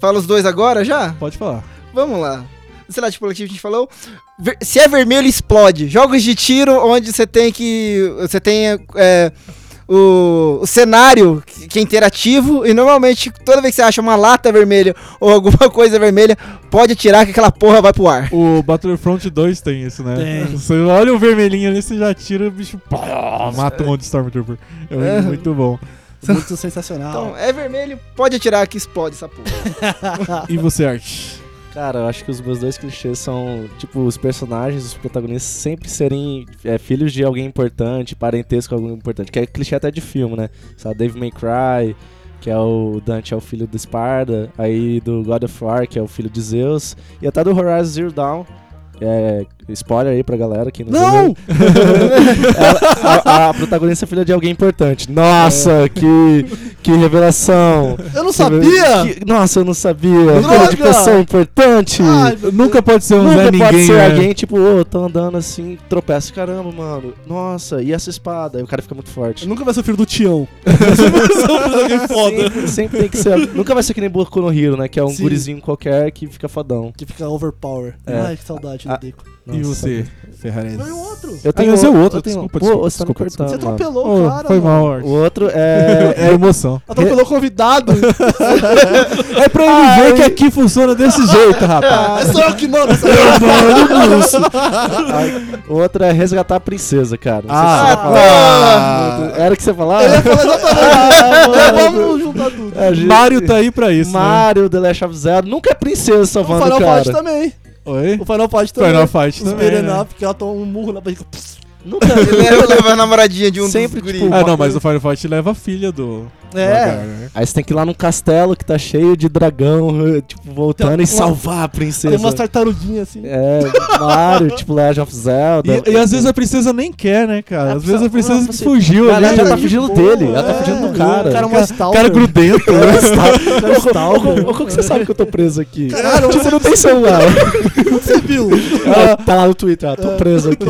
C: Fala os dois agora já?
A: Pode falar.
C: Vamos lá. sei lá, tipo, o que a gente falou. Ver- Se é vermelho, explode. Jogos de tiro onde você tem que. Você tem. é, o, o cenário que que é interativo. E normalmente, toda vez que você acha uma lata vermelha ou alguma (laughs) coisa vermelha, pode atirar que aquela porra vai pro ar.
A: O Battlefront 2 tem isso, né?
B: Tem.
A: Você olha o vermelhinho ali, você já tira o bicho. pá, mata um monte de Stormtrooper. É,
C: É.
A: muito bom.
B: Muito sensacional.
C: Então, é vermelho, pode atirar que explode
B: (laughs)
C: essa porra.
A: E você, Art?
E: Cara, eu acho que os meus dois clichês são, tipo, os personagens, os protagonistas sempre serem é, filhos de alguém importante, parentesco com alguém importante. Que é clichê até de filme, né? Sabe, Dave May Cry, que é o Dante é o filho do Esparda, aí do God of War, que é o filho de Zeus, e até do Horizon Zero Dawn. É, spoiler aí pra galera que não,
B: Não!
E: viu. (laughs) Ela- a, a protagonista é filha de alguém importante. Nossa, que, que revelação!
B: Eu não sabia!
E: Que- nossa, eu não sabia.
B: Droga!
E: Filha de pessoa importante.
B: Ai,
A: Nunca pode ser um
E: Nunca
A: Zé
E: pode
A: Ninguém.
E: ser
A: né?
E: alguém, tipo, ô, tô andando assim, tropeço, caramba, mano. Nossa, e essa espada? Aí o cara fica
A: (laughs)
E: muito forte.
B: Nunca vai ser o filho do Tião.
E: Sempre, sempre tem que ser. Nunca vai ser que nem Boku no Hero, né? Que é um
B: Sim.
E: gurizinho qualquer que fica fodão.
B: Que fica overpower.
E: É.
B: Ai, que saudade
E: Ah,
B: do Deco.
A: E
E: Nossa.
A: você, Ferrares?
B: Não, e o outro?
E: Eu
A: Ah,
E: tenho
A: esse é o outro,
E: eu tenho-
A: desculpa,
E: Pô,
A: desculpa,
E: você tá me
A: desculpa,
B: Você
E: cortando, mano.
B: atropelou o
A: Oh,
B: cara,
A: foi
B: mano.
A: mal, Art.
E: O outro é.
A: É emoção.
B: Atropelou o
E: (laughs)
B: convidado.
A: (laughs) É pra ele ver que aqui funciona desse jeito, rapaz.
B: é só eu que mando. essa-
E: (laughs) o outro é resgatar a princesa, cara. Não sei se você vai falar.
A: Ah,
E: Era o que você falava?
B: Eu ia falar exatamente. Vamos juntar tudo.
E: É, gente,
A: Mario tá aí pra isso. né?
E: Mario, The Last of Zero, nunca é princesa
B: O
E: salvando o
B: Final Fight
E: cara.
B: também.
A: Oi?
B: O Final Fight também.
A: Final Fight
B: Os
A: também. né?
B: Berenap, que ela toma um murro na barriga.
E: Nunca.
C: Ele leva, leva a namoradinha de um
E: Sempre,
C: dos
E: tipo,
A: Ah, não, mas o Final Fight leva a filha do.
B: É.
E: Aí você tem que ir lá num castelo que tá cheio de dragão, (laughs) eh, tipo, voltando
B: Tem
E: e
B: uma-
E: salvar a princesa.
B: Tem umas tartaruguinhas assim.
E: É, Mario, (laughs) tipo Legend of Zelda.
A: E, e às vezes a princesa nem quer, né, cara? Às vezes a princesa
E: você-
A: fugiu
E: Ela
A: ali.
E: já tá
A: Cara,
E: fugindo
B: boa,
E: dele, ela tá
B: é.
E: fugindo do
B: O
E: cara. né?
B: cara é uma stalker.
A: cara grudento.
E: (laughs) Ô, ô, ô, ô, como que você sabe que eu tô preso aqui? É.
B: Caralho,
E: tipo,
B: você-
E: não tem (laughs) celular.
B: Você viu?
E: Ela tá lá no Twitter, ah, tô preso aqui.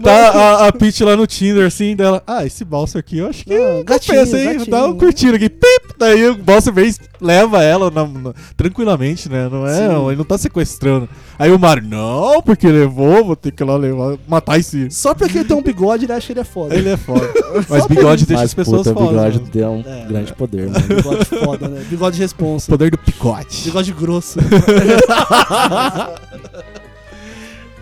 A: tá a, a Peach lá no Tinder, assim, dela. Ah, esse balso aqui, eu acho que.
B: Não,
A: Gatinho, pensa aí, dá um curtido aqui. Pip, daí o Balsa Brace leva ela na- na- tranquilamente, né? Não é, ele não tá sequestrando. Aí o Mario, não, porque levou, vou ter que ir lá levar, matar esse.
B: (laughs) Só porque ele tem um bigode, ele acha que ele é
E: (laughs)
B: foda.
A: Ele é
B: (laughs)
A: foda. Mas bigode deixa as pessoas
E: puta,
A: fodas. né?
E: bigode
A: mano.
E: deu um
B: É.
E: grande poder, mano.
B: Bigode foda, né? Bigode de responsa.
A: Poder do picote.
B: Bigode grosso.
C: (laughs)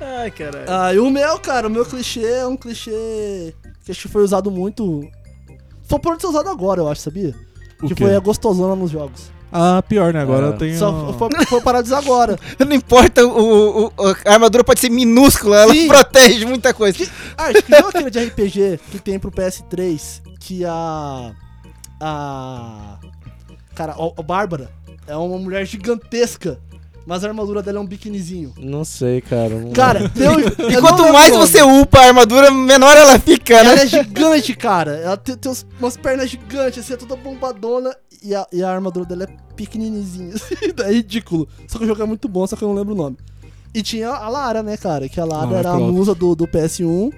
C: Ai, caralho.
B: Ah, e o meu, cara, o meu clichê é um clichê que acho que foi usado muito. Foi por ser usado agora, eu acho, sabia?
A: O
B: que
A: quê?
B: foi a gostosona nos jogos.
A: Ah, pior, né? Agora
E: É.
A: eu tenho.
B: Só foi, foi
A: (laughs)
B: parado agora.
C: (laughs) Não importa, o, o- o- a armadura pode ser minúscula, ela
B: Sim.
C: protege muita coisa.
B: Ah, acho que não aquele de RPG que tem pro PS3 que a. A. Cara, a, a Bárbara é uma mulher gigantesca, mas a armadura dela é um biquinizinho.
E: Não sei, cara.
A: Hum.
E: não-
B: Cara, eu, eu
C: E
B: não
C: quanto
B: lembro
C: mais
B: o nome.
C: você upa a armadura, menor ela fica,
B: Ela
C: (laughs) né?
B: é gigante, cara. Ela tem, tem uns- umas pernas gigantes, assim, é toda bombadona. E a, e a armadura dela é pequenininha. (laughs) assim, é ridículo. Só que o jogo é muito bom, só que eu não lembro o nome. E tinha a Lara, né, cara? Que a Lara
A: Ah,
B: era a
A: pronto.
B: musa do, do PS1,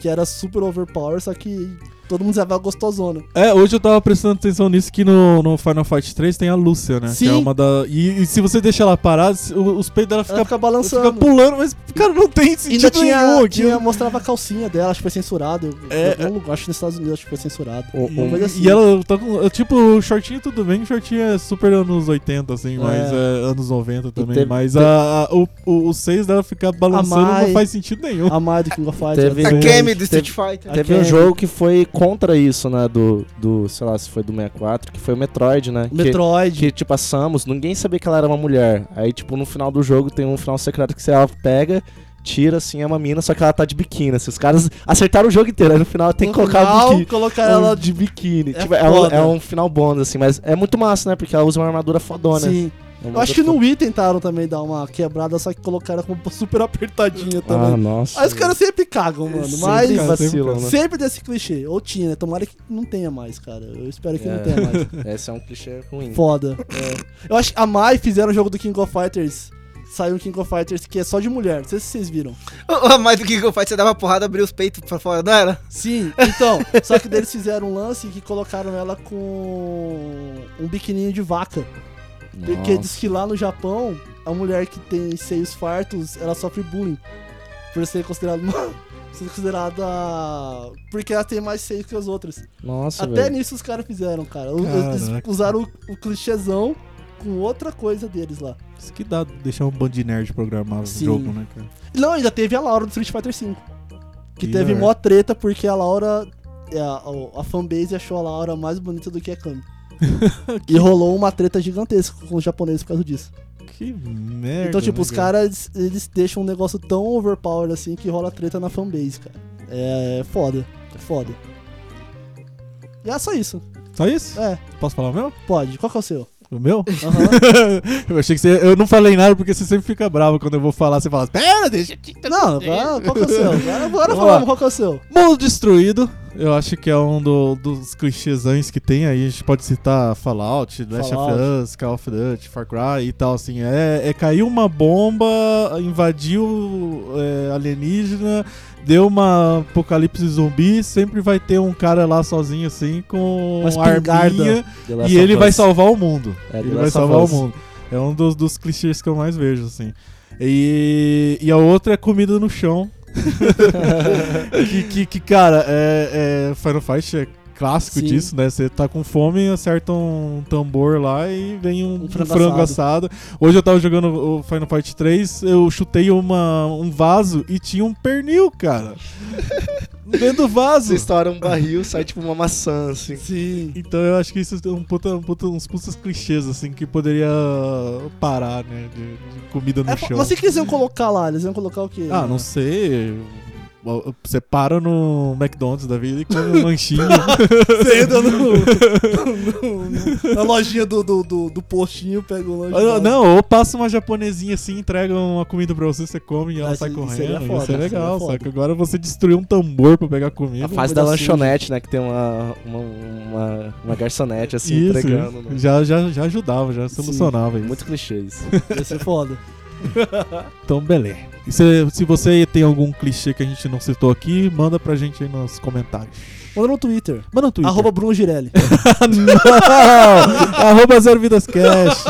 B: que era super overpower, só que todo mundo usava gostosona.
A: É, hoje eu tava prestando atenção nisso que no, no Final Fight 3 tem a Lúcia, né? Que é
B: Sim.
A: uma da. E, e se você deixar ela parada, se- o- os peitos dela
B: Ela
A: ficam
B: fica balançando.
A: fica Tipo pulando, mas, cara, não tem
B: E
A: sentido
B: ainda tinha,
A: nenhum. aquilo.
B: tinha, mostrava a calcinha dela, acho que foi censurado.
A: É.
B: Em algum lugar, acho que nos Estados Unidos acho que foi censurado.
E: Um-
B: Uma
E: um-
B: coisa assim.
A: E ela tá com. Tipo, o shortinho tudo bem, o shortinho é super anos 80, assim, mas é anos 90 também.
E: teve-
A: mas a, a- o, o, o 6 dela ficar balançando
B: Mai-
A: não faz sentido nenhum. (laughs)
B: A Mai do King of Fighters.
E: Teve- um
B: ela
C: A
B: também.
C: Kemi do Street Fighter.
E: Teve
B: Aquele-
E: um jogo que foi contra isso, né? Do, do, sei lá, se foi do 64, que foi o Metroid, né? que-
B: Metroid.
E: Que, tipo, a Samus, ninguém sabia que ela era uma mulher. Aí, tipo, no final do jogo tem um final secreto que você ela pega, tira, assim, é uma mina, só que ela tá de biquíni. Assim, os caras acertaram o jogo inteiro, aí no final tem que colocar o biquíni.
B: colocar ela
E: de biquíni.
B: É
E: Tipo, É, um,
B: foda.
E: é um final bônus, assim, mas é muito massa, né? Porque ela usa uma armadura fodona. É
B: Sim. Eu
E: Uma armadura
B: acho que no
E: fodona.
B: Wii tentaram também dar uma quebrada, só que colocaram como (laughs) super apertadinha
E: Ah,
B: também.
E: nossa.
B: Aí os caras sempre cagam, mano. mas
E: Sempre
A: cara,
E: vacilam, né?
B: sempre desse clichê. Ou tinha, né? Tomara que não tenha mais, cara. Eu espero que
E: É.
B: não tenha
E: (laughs)
B: mais.
E: Esse é um clichê ruim.
B: Foda. É. Eu acho que a Mai fizeram o jogo do King of Fighters. Saiu um King of Fighters que é só de mulher. Não sei se vocês viram.
C: Ah, Mas o que que eu faço? Você dava porrada, abria os peitos pra fora, não era?
B: Sim, então. só que eles fizeram um lance que colocaram ela com um biquininho de vaca. Porque
E: Nossa.
B: diz que lá no Japão a mulher que tem seios fartos, ela sofre bullying. Por ser considerada uma. (laughs) Ser considerada. Porque ela tem mais seios que as outras.
E: Nossa,
B: Até
E: velho.
B: nisso os caras fizeram, cara. O- Eles
A: Caraca.
B: usaram o, o clichêzão com outra coisa deles lá.
A: Isso que dá deixar um bando de nerd programar o
B: Sim.
A: jogo, né, cara?
B: Não, ainda teve a Laura do Street Fighter V. Que
A: Ih,
B: teve
A: é.
B: mó treta porque a Laura. é, A, a- a fanbase achou a Laura mais bonita do que a Kami. e rolou uma treta gigantesca com os japoneses por causa disso.
A: Que merda.
B: então, tipo,
A: né,
B: os caras, eles deixam um negócio tão overpowered assim que rola treta na fanbase, cara. É foda. É foda. E é só isso.
A: Só isso?
B: É,
A: Posso falar o meu?
B: pode. Qual que é o seu?
A: O meu? (laughs)
B: Aham.
A: eu achei que você. Eu não falei nada porque você sempre fica bravo quando eu vou falar. Você fala, pera, deixa. eu te-
B: Não, agora, qual que é o seu? Agora, agora
A: Vamos
B: falamos
A: lá.
B: qual que é o seu.
A: Mundo Destruído. Eu acho que é um do- dos clichêsões que tem aí. A gente pode citar Fallout, Last of
B: Fallout.
A: Us, Call of Duty, Far Cry e tal. Assim, é, é caiu uma bomba, invadiu é, alienígena, deu uma apocalipse zumbi. Sempre vai ter um cara lá sozinho, assim, com uma
B: Uma espingarda.
A: arminha.
E: The Last
A: E ele
E: of
A: vai
E: Us.
A: salvar o mundo.
E: É, The
A: ele vai
E: Last of
A: salvar o
E: Us.
A: mundo. É um dos, dos clichês que eu mais vejo, assim. E, e a outra é comida no (laughs) chão. que, que, que, cara, é, é, Final Fight é clássico
B: Sim.
A: disso, né? Você tá com fome, acerta um tambor lá e vem um,
B: Um
A: um
B: frango
A: frango, assado. Hoje eu tava jogando o Final Fight 3, eu chutei uma, um vaso e tinha um pernil, (laughs) cara. Dentro do vaso.
I: Você estoura um barril, sai tipo uma maçã, assim.
B: Sim.
A: Então eu acho que isso é um puta, um puta- uns putas clichês, assim, que poderia parar, né? De, de comida no
B: É,
A: chão.
B: mas o que que eles iam colocar lá? Eles iam colocar o quê?
A: Ah, não sei. Você para no McDonald's da vida e come um
B: (laughs)
A: lanchinho.
B: Você (laughs) entra no, no- no- na lojinha do, do, do, do postinho, pega o lanche.
A: Ou-
B: lá.
A: Ah, não, ou passa uma japonesinha assim, entrega uma comida pra você, você come e ela
B: Mas
A: sai
B: isso
A: correndo.
B: seria
A: Isso
B: foda,
A: é legal,
B: seria
A: só
B: foda. Ah,
A: que agora você destruiu um tambor pra pegar comida.
E: A fase da
B: pedacinho.
E: lanchonete, né? Que tem uma, uma, uma, uma garçonete assim
A: Isso,
E: entregando. né?
A: já, já, já ajudava, já solucionava isso.
E: Muito clichês.
A: (laughs)
B: Ia ser foda.
A: Então, beleza. E se, se você tem algum clichê que a gente não citou aqui, manda pra gente aí nos comentários.
B: Manda no Twitter.
A: Manda no Twitter.
B: Arroba Bruno Girelli.
A: (laughs) Não! Arroba Zero Vidas Ah, Cash.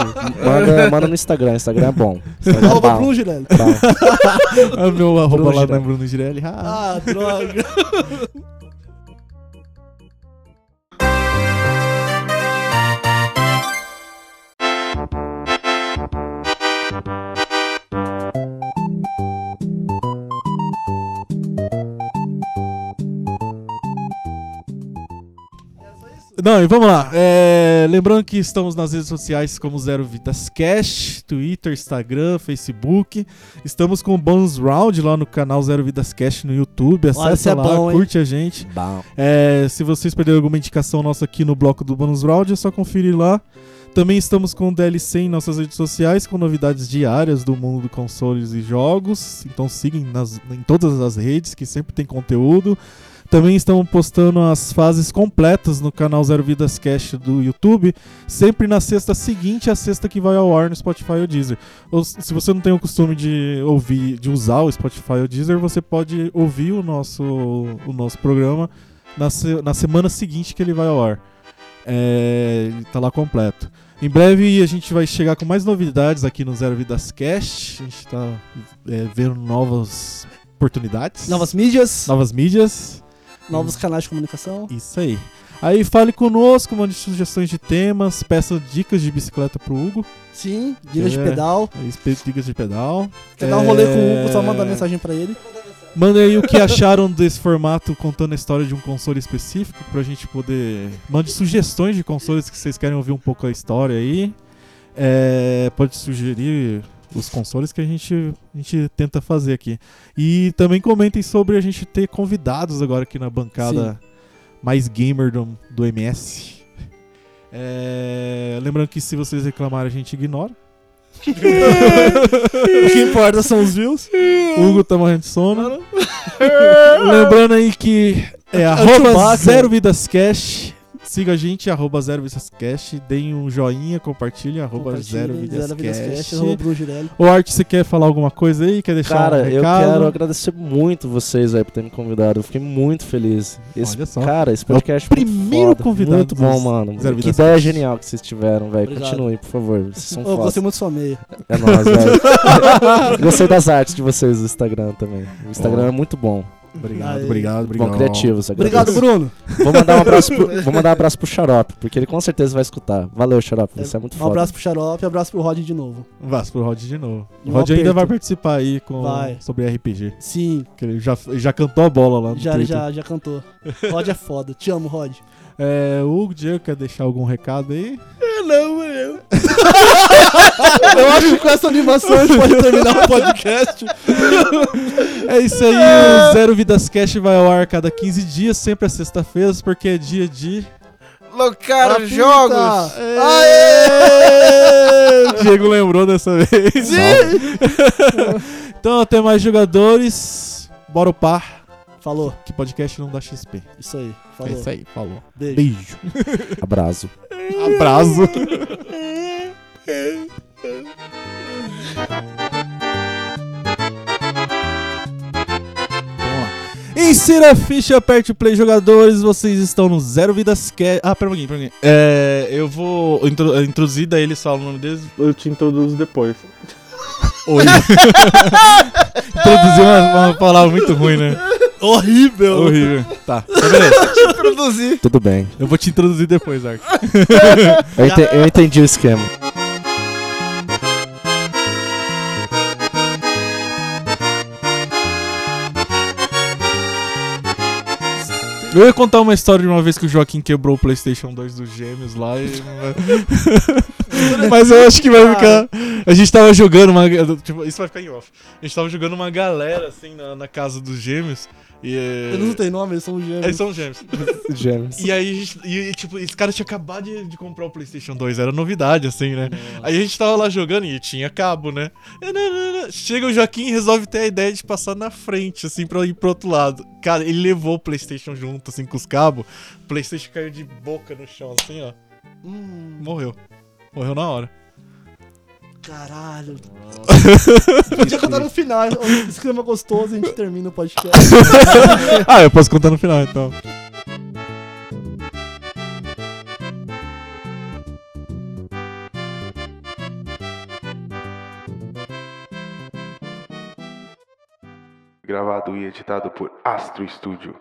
E: Manda, manda no Instagram, Instagram é bom. Instagram é
B: Arroba
E: bom.
B: Bruno Girelli.
A: (laughs)
E: bom.
A: É o meu arroba lá
E: Girelli.
A: na Bruno Girelli. Ah.
B: Ah, droga.
A: Não, e vamos lá. É, lembrando que estamos nas redes sociais como Zero Vidas Cash, Twitter, Instagram, Facebook. Estamos com o Bones Round lá no canal Zero Vidas Cash no YouTube.
B: Olha, isso
A: Acessa
B: é
A: lá,
B: bom, hein?
A: curte a gente.
E: Bom.
A: É, se vocês perderam alguma indicação nossa aqui no bloco do Bonus Round, é só conferir lá. Também estamos com o DLC em nossas redes sociais, com novidades diárias do mundo de consoles e jogos. Então sigam nas- em todas as redes, que sempre tem conteúdo. Também estamos postando as fases completas no canal Zero Vidas Cash do YouTube, sempre na sexta seguinte à sexta que vai ao ar no Spotify ou Deezer. Ou s- se você não tem o costume de ouvir, de usar o Spotify ou Deezer, você pode ouvir o nosso, o nosso programa na, se- na semana seguinte que ele vai ao ar. É, ele tá lá completo. Em breve a gente vai chegar com mais novidades aqui no Zero Vidas Cast. A gente tá é, vendo novas oportunidades,
B: (laughs) Novas mídias,
A: novas mídias.
B: novos canais de comunicação.
A: Isso aí. Aí fale conosco, mande sugestões de temas, peça dicas de bicicleta pro Hugo.
B: Sim, dicas de
A: É.
B: pedal.
A: aí espe- Dicas de pedal.
B: Quer dar um rolê com o
A: É.
B: Hugo, só manda mensagem pra ele.
A: Manda aí o que acharam desse formato contando a história de um console específico pra gente poder. Mande sugestões de consoles que vocês querem ouvir um pouco a história aí. É, pode sugerir os consoles que a gente, a gente tenta fazer aqui. E também comentem sobre a gente ter convidados agora aqui na bancada mais gamer do, do MS. É, lembrando que se vocês reclamarem, a gente ignora.
B: O que importa são os views. Hum.
A: Hugo tá morrendo de sono. (laughs) Lembrando aí que é arroba
B: Chewbacca.
A: zero vidas cash Siga a gente, arroba Zero Vidas Cast. Deem um joinha, compartilhem, arroba Zero
B: Compartilhem,
A: Vidas
B: Zero Vidas Cast,
A: Cast.
B: arroba Bruno Girelli.
A: O Art, você quer falar alguma coisa aí? Quer deixar um
E: Cara, eu
A: recado?
E: quero agradecer muito vocês aí por terem me convidado. Eu fiquei muito feliz. Esse,
A: Olha só. É
E: Cara, esse podcast foi
A: primeiro
E: foda.
A: convidado
E: Muito bom,
A: dos
E: mano.
A: Zero
E: Que
A: Vidas
E: ideia
A: Cast.
E: genial que vocês tiveram, velho.
B: Obrigado.
E: Continue, por favor. Vocês
A: (laughs)
E: são
B: Ô,
E: foda.
B: gostei muito da sua meia.
E: É nóis, velho.
A: (laughs)
E: Gostei das artes de vocês do Instagram também. O Instagram
A: Ó.
E: é muito bom.
A: Obrigado,
B: Aí.
A: obrigado, obrigado.
E: Bom, é criativos.
B: Obrigado,
E: agradeço.
B: Bruno.
E: Vou mandar um
B: (laughs)
E: abraço pro, vou mandar um abraço pro Xarope, porque ele com certeza vai escutar. Valeu, Xarope. Você é muito
B: Um
E: foda.
B: abraço pro Xarope, um abraço pro Rod de novo.
A: Vasco pro Rod de novo.
B: E
A: O
B: um
A: Rod ainda
B: aperto.
A: vai participar aí com,
B: Vai.
A: sobre RPG.
B: Sim,
A: Que ele já, já cantou a bola lá no
B: já,
A: Twitter.
B: já, já cantou. Rod é foda. Te amo, Rod.
A: É, o Hugo Diego quer deixar algum recado
B: (laughs)
A: aí?
B: Eu acho que com essa animação a gente pode terminar o podcast.
A: É isso aí, o (laughs) Zero Vidas Cast vai ao ar a cada 15 dias, sempre às sexta-feiras, porque é dia de.
C: Locar
B: Apita.
C: jogos!
A: (laughs) O Diego lembrou dessa vez. (laughs) então, até mais jogadores. Bora upar,
B: Falou.
A: que podcast não dá XP.
B: Isso aí.
E: é
B: Falou.
A: É aí, falou.
B: Beijo.
A: Beijo.
E: Abraço.
A: Abraço. Insira a ficha, aperte o play, jogadores. Vocês estão no Zero Vidas Cast. Ah, pera um pouquinho, pera um pouquinho. É, eu vou intro, introduzir, daí eles falam o nome deles.
J: Eu te introduzo depois.
A: (laughs) Oi. Introduzir uma, uma palavra muito ruim, né? Horrível. Horrível. Tá, tá beleza.
C: Produzir!
E: Tudo bem.
A: Eu vou te introduzir depois, Ark.
E: Eu ente- eu entendi o esquema.
A: Eu ia contar uma história de uma vez que o Joaquim quebrou o PlayStation 2 dos gêmeos lá e. Mas eu acho que vai (laughs) ficar. A gente tava jogando uma. tipo, isso vai ficar em off. A gente tava jogando uma galera assim na, na casa dos gêmeos e. é,
B: Eles não têm nome, eles são gêmeos.
A: Eles são gêmeos.
E: Gêmeos.
A: E aí, a gente- e, tipo, esse cara tinha acabado de, de comprar o PlayStation 2, era novidade, assim, né? Aí a gente tava lá jogando e tinha cabo, né? Chega o Joaquim e resolve ter a ideia de passar na frente, assim, pra ir pro outro lado. Cara, ele levou o PlayStation junto, assim, com os cabos. O PlayStation caiu de boca no chão, assim, ó.
B: Hum,
A: Morreu. Morreu na hora.
B: caralho. Podia contar no final. O esquema gostoso, a gente termina o podcast.
A: ah, eu posso contar no final, então.
J: Gravado e editado por Astro Studio.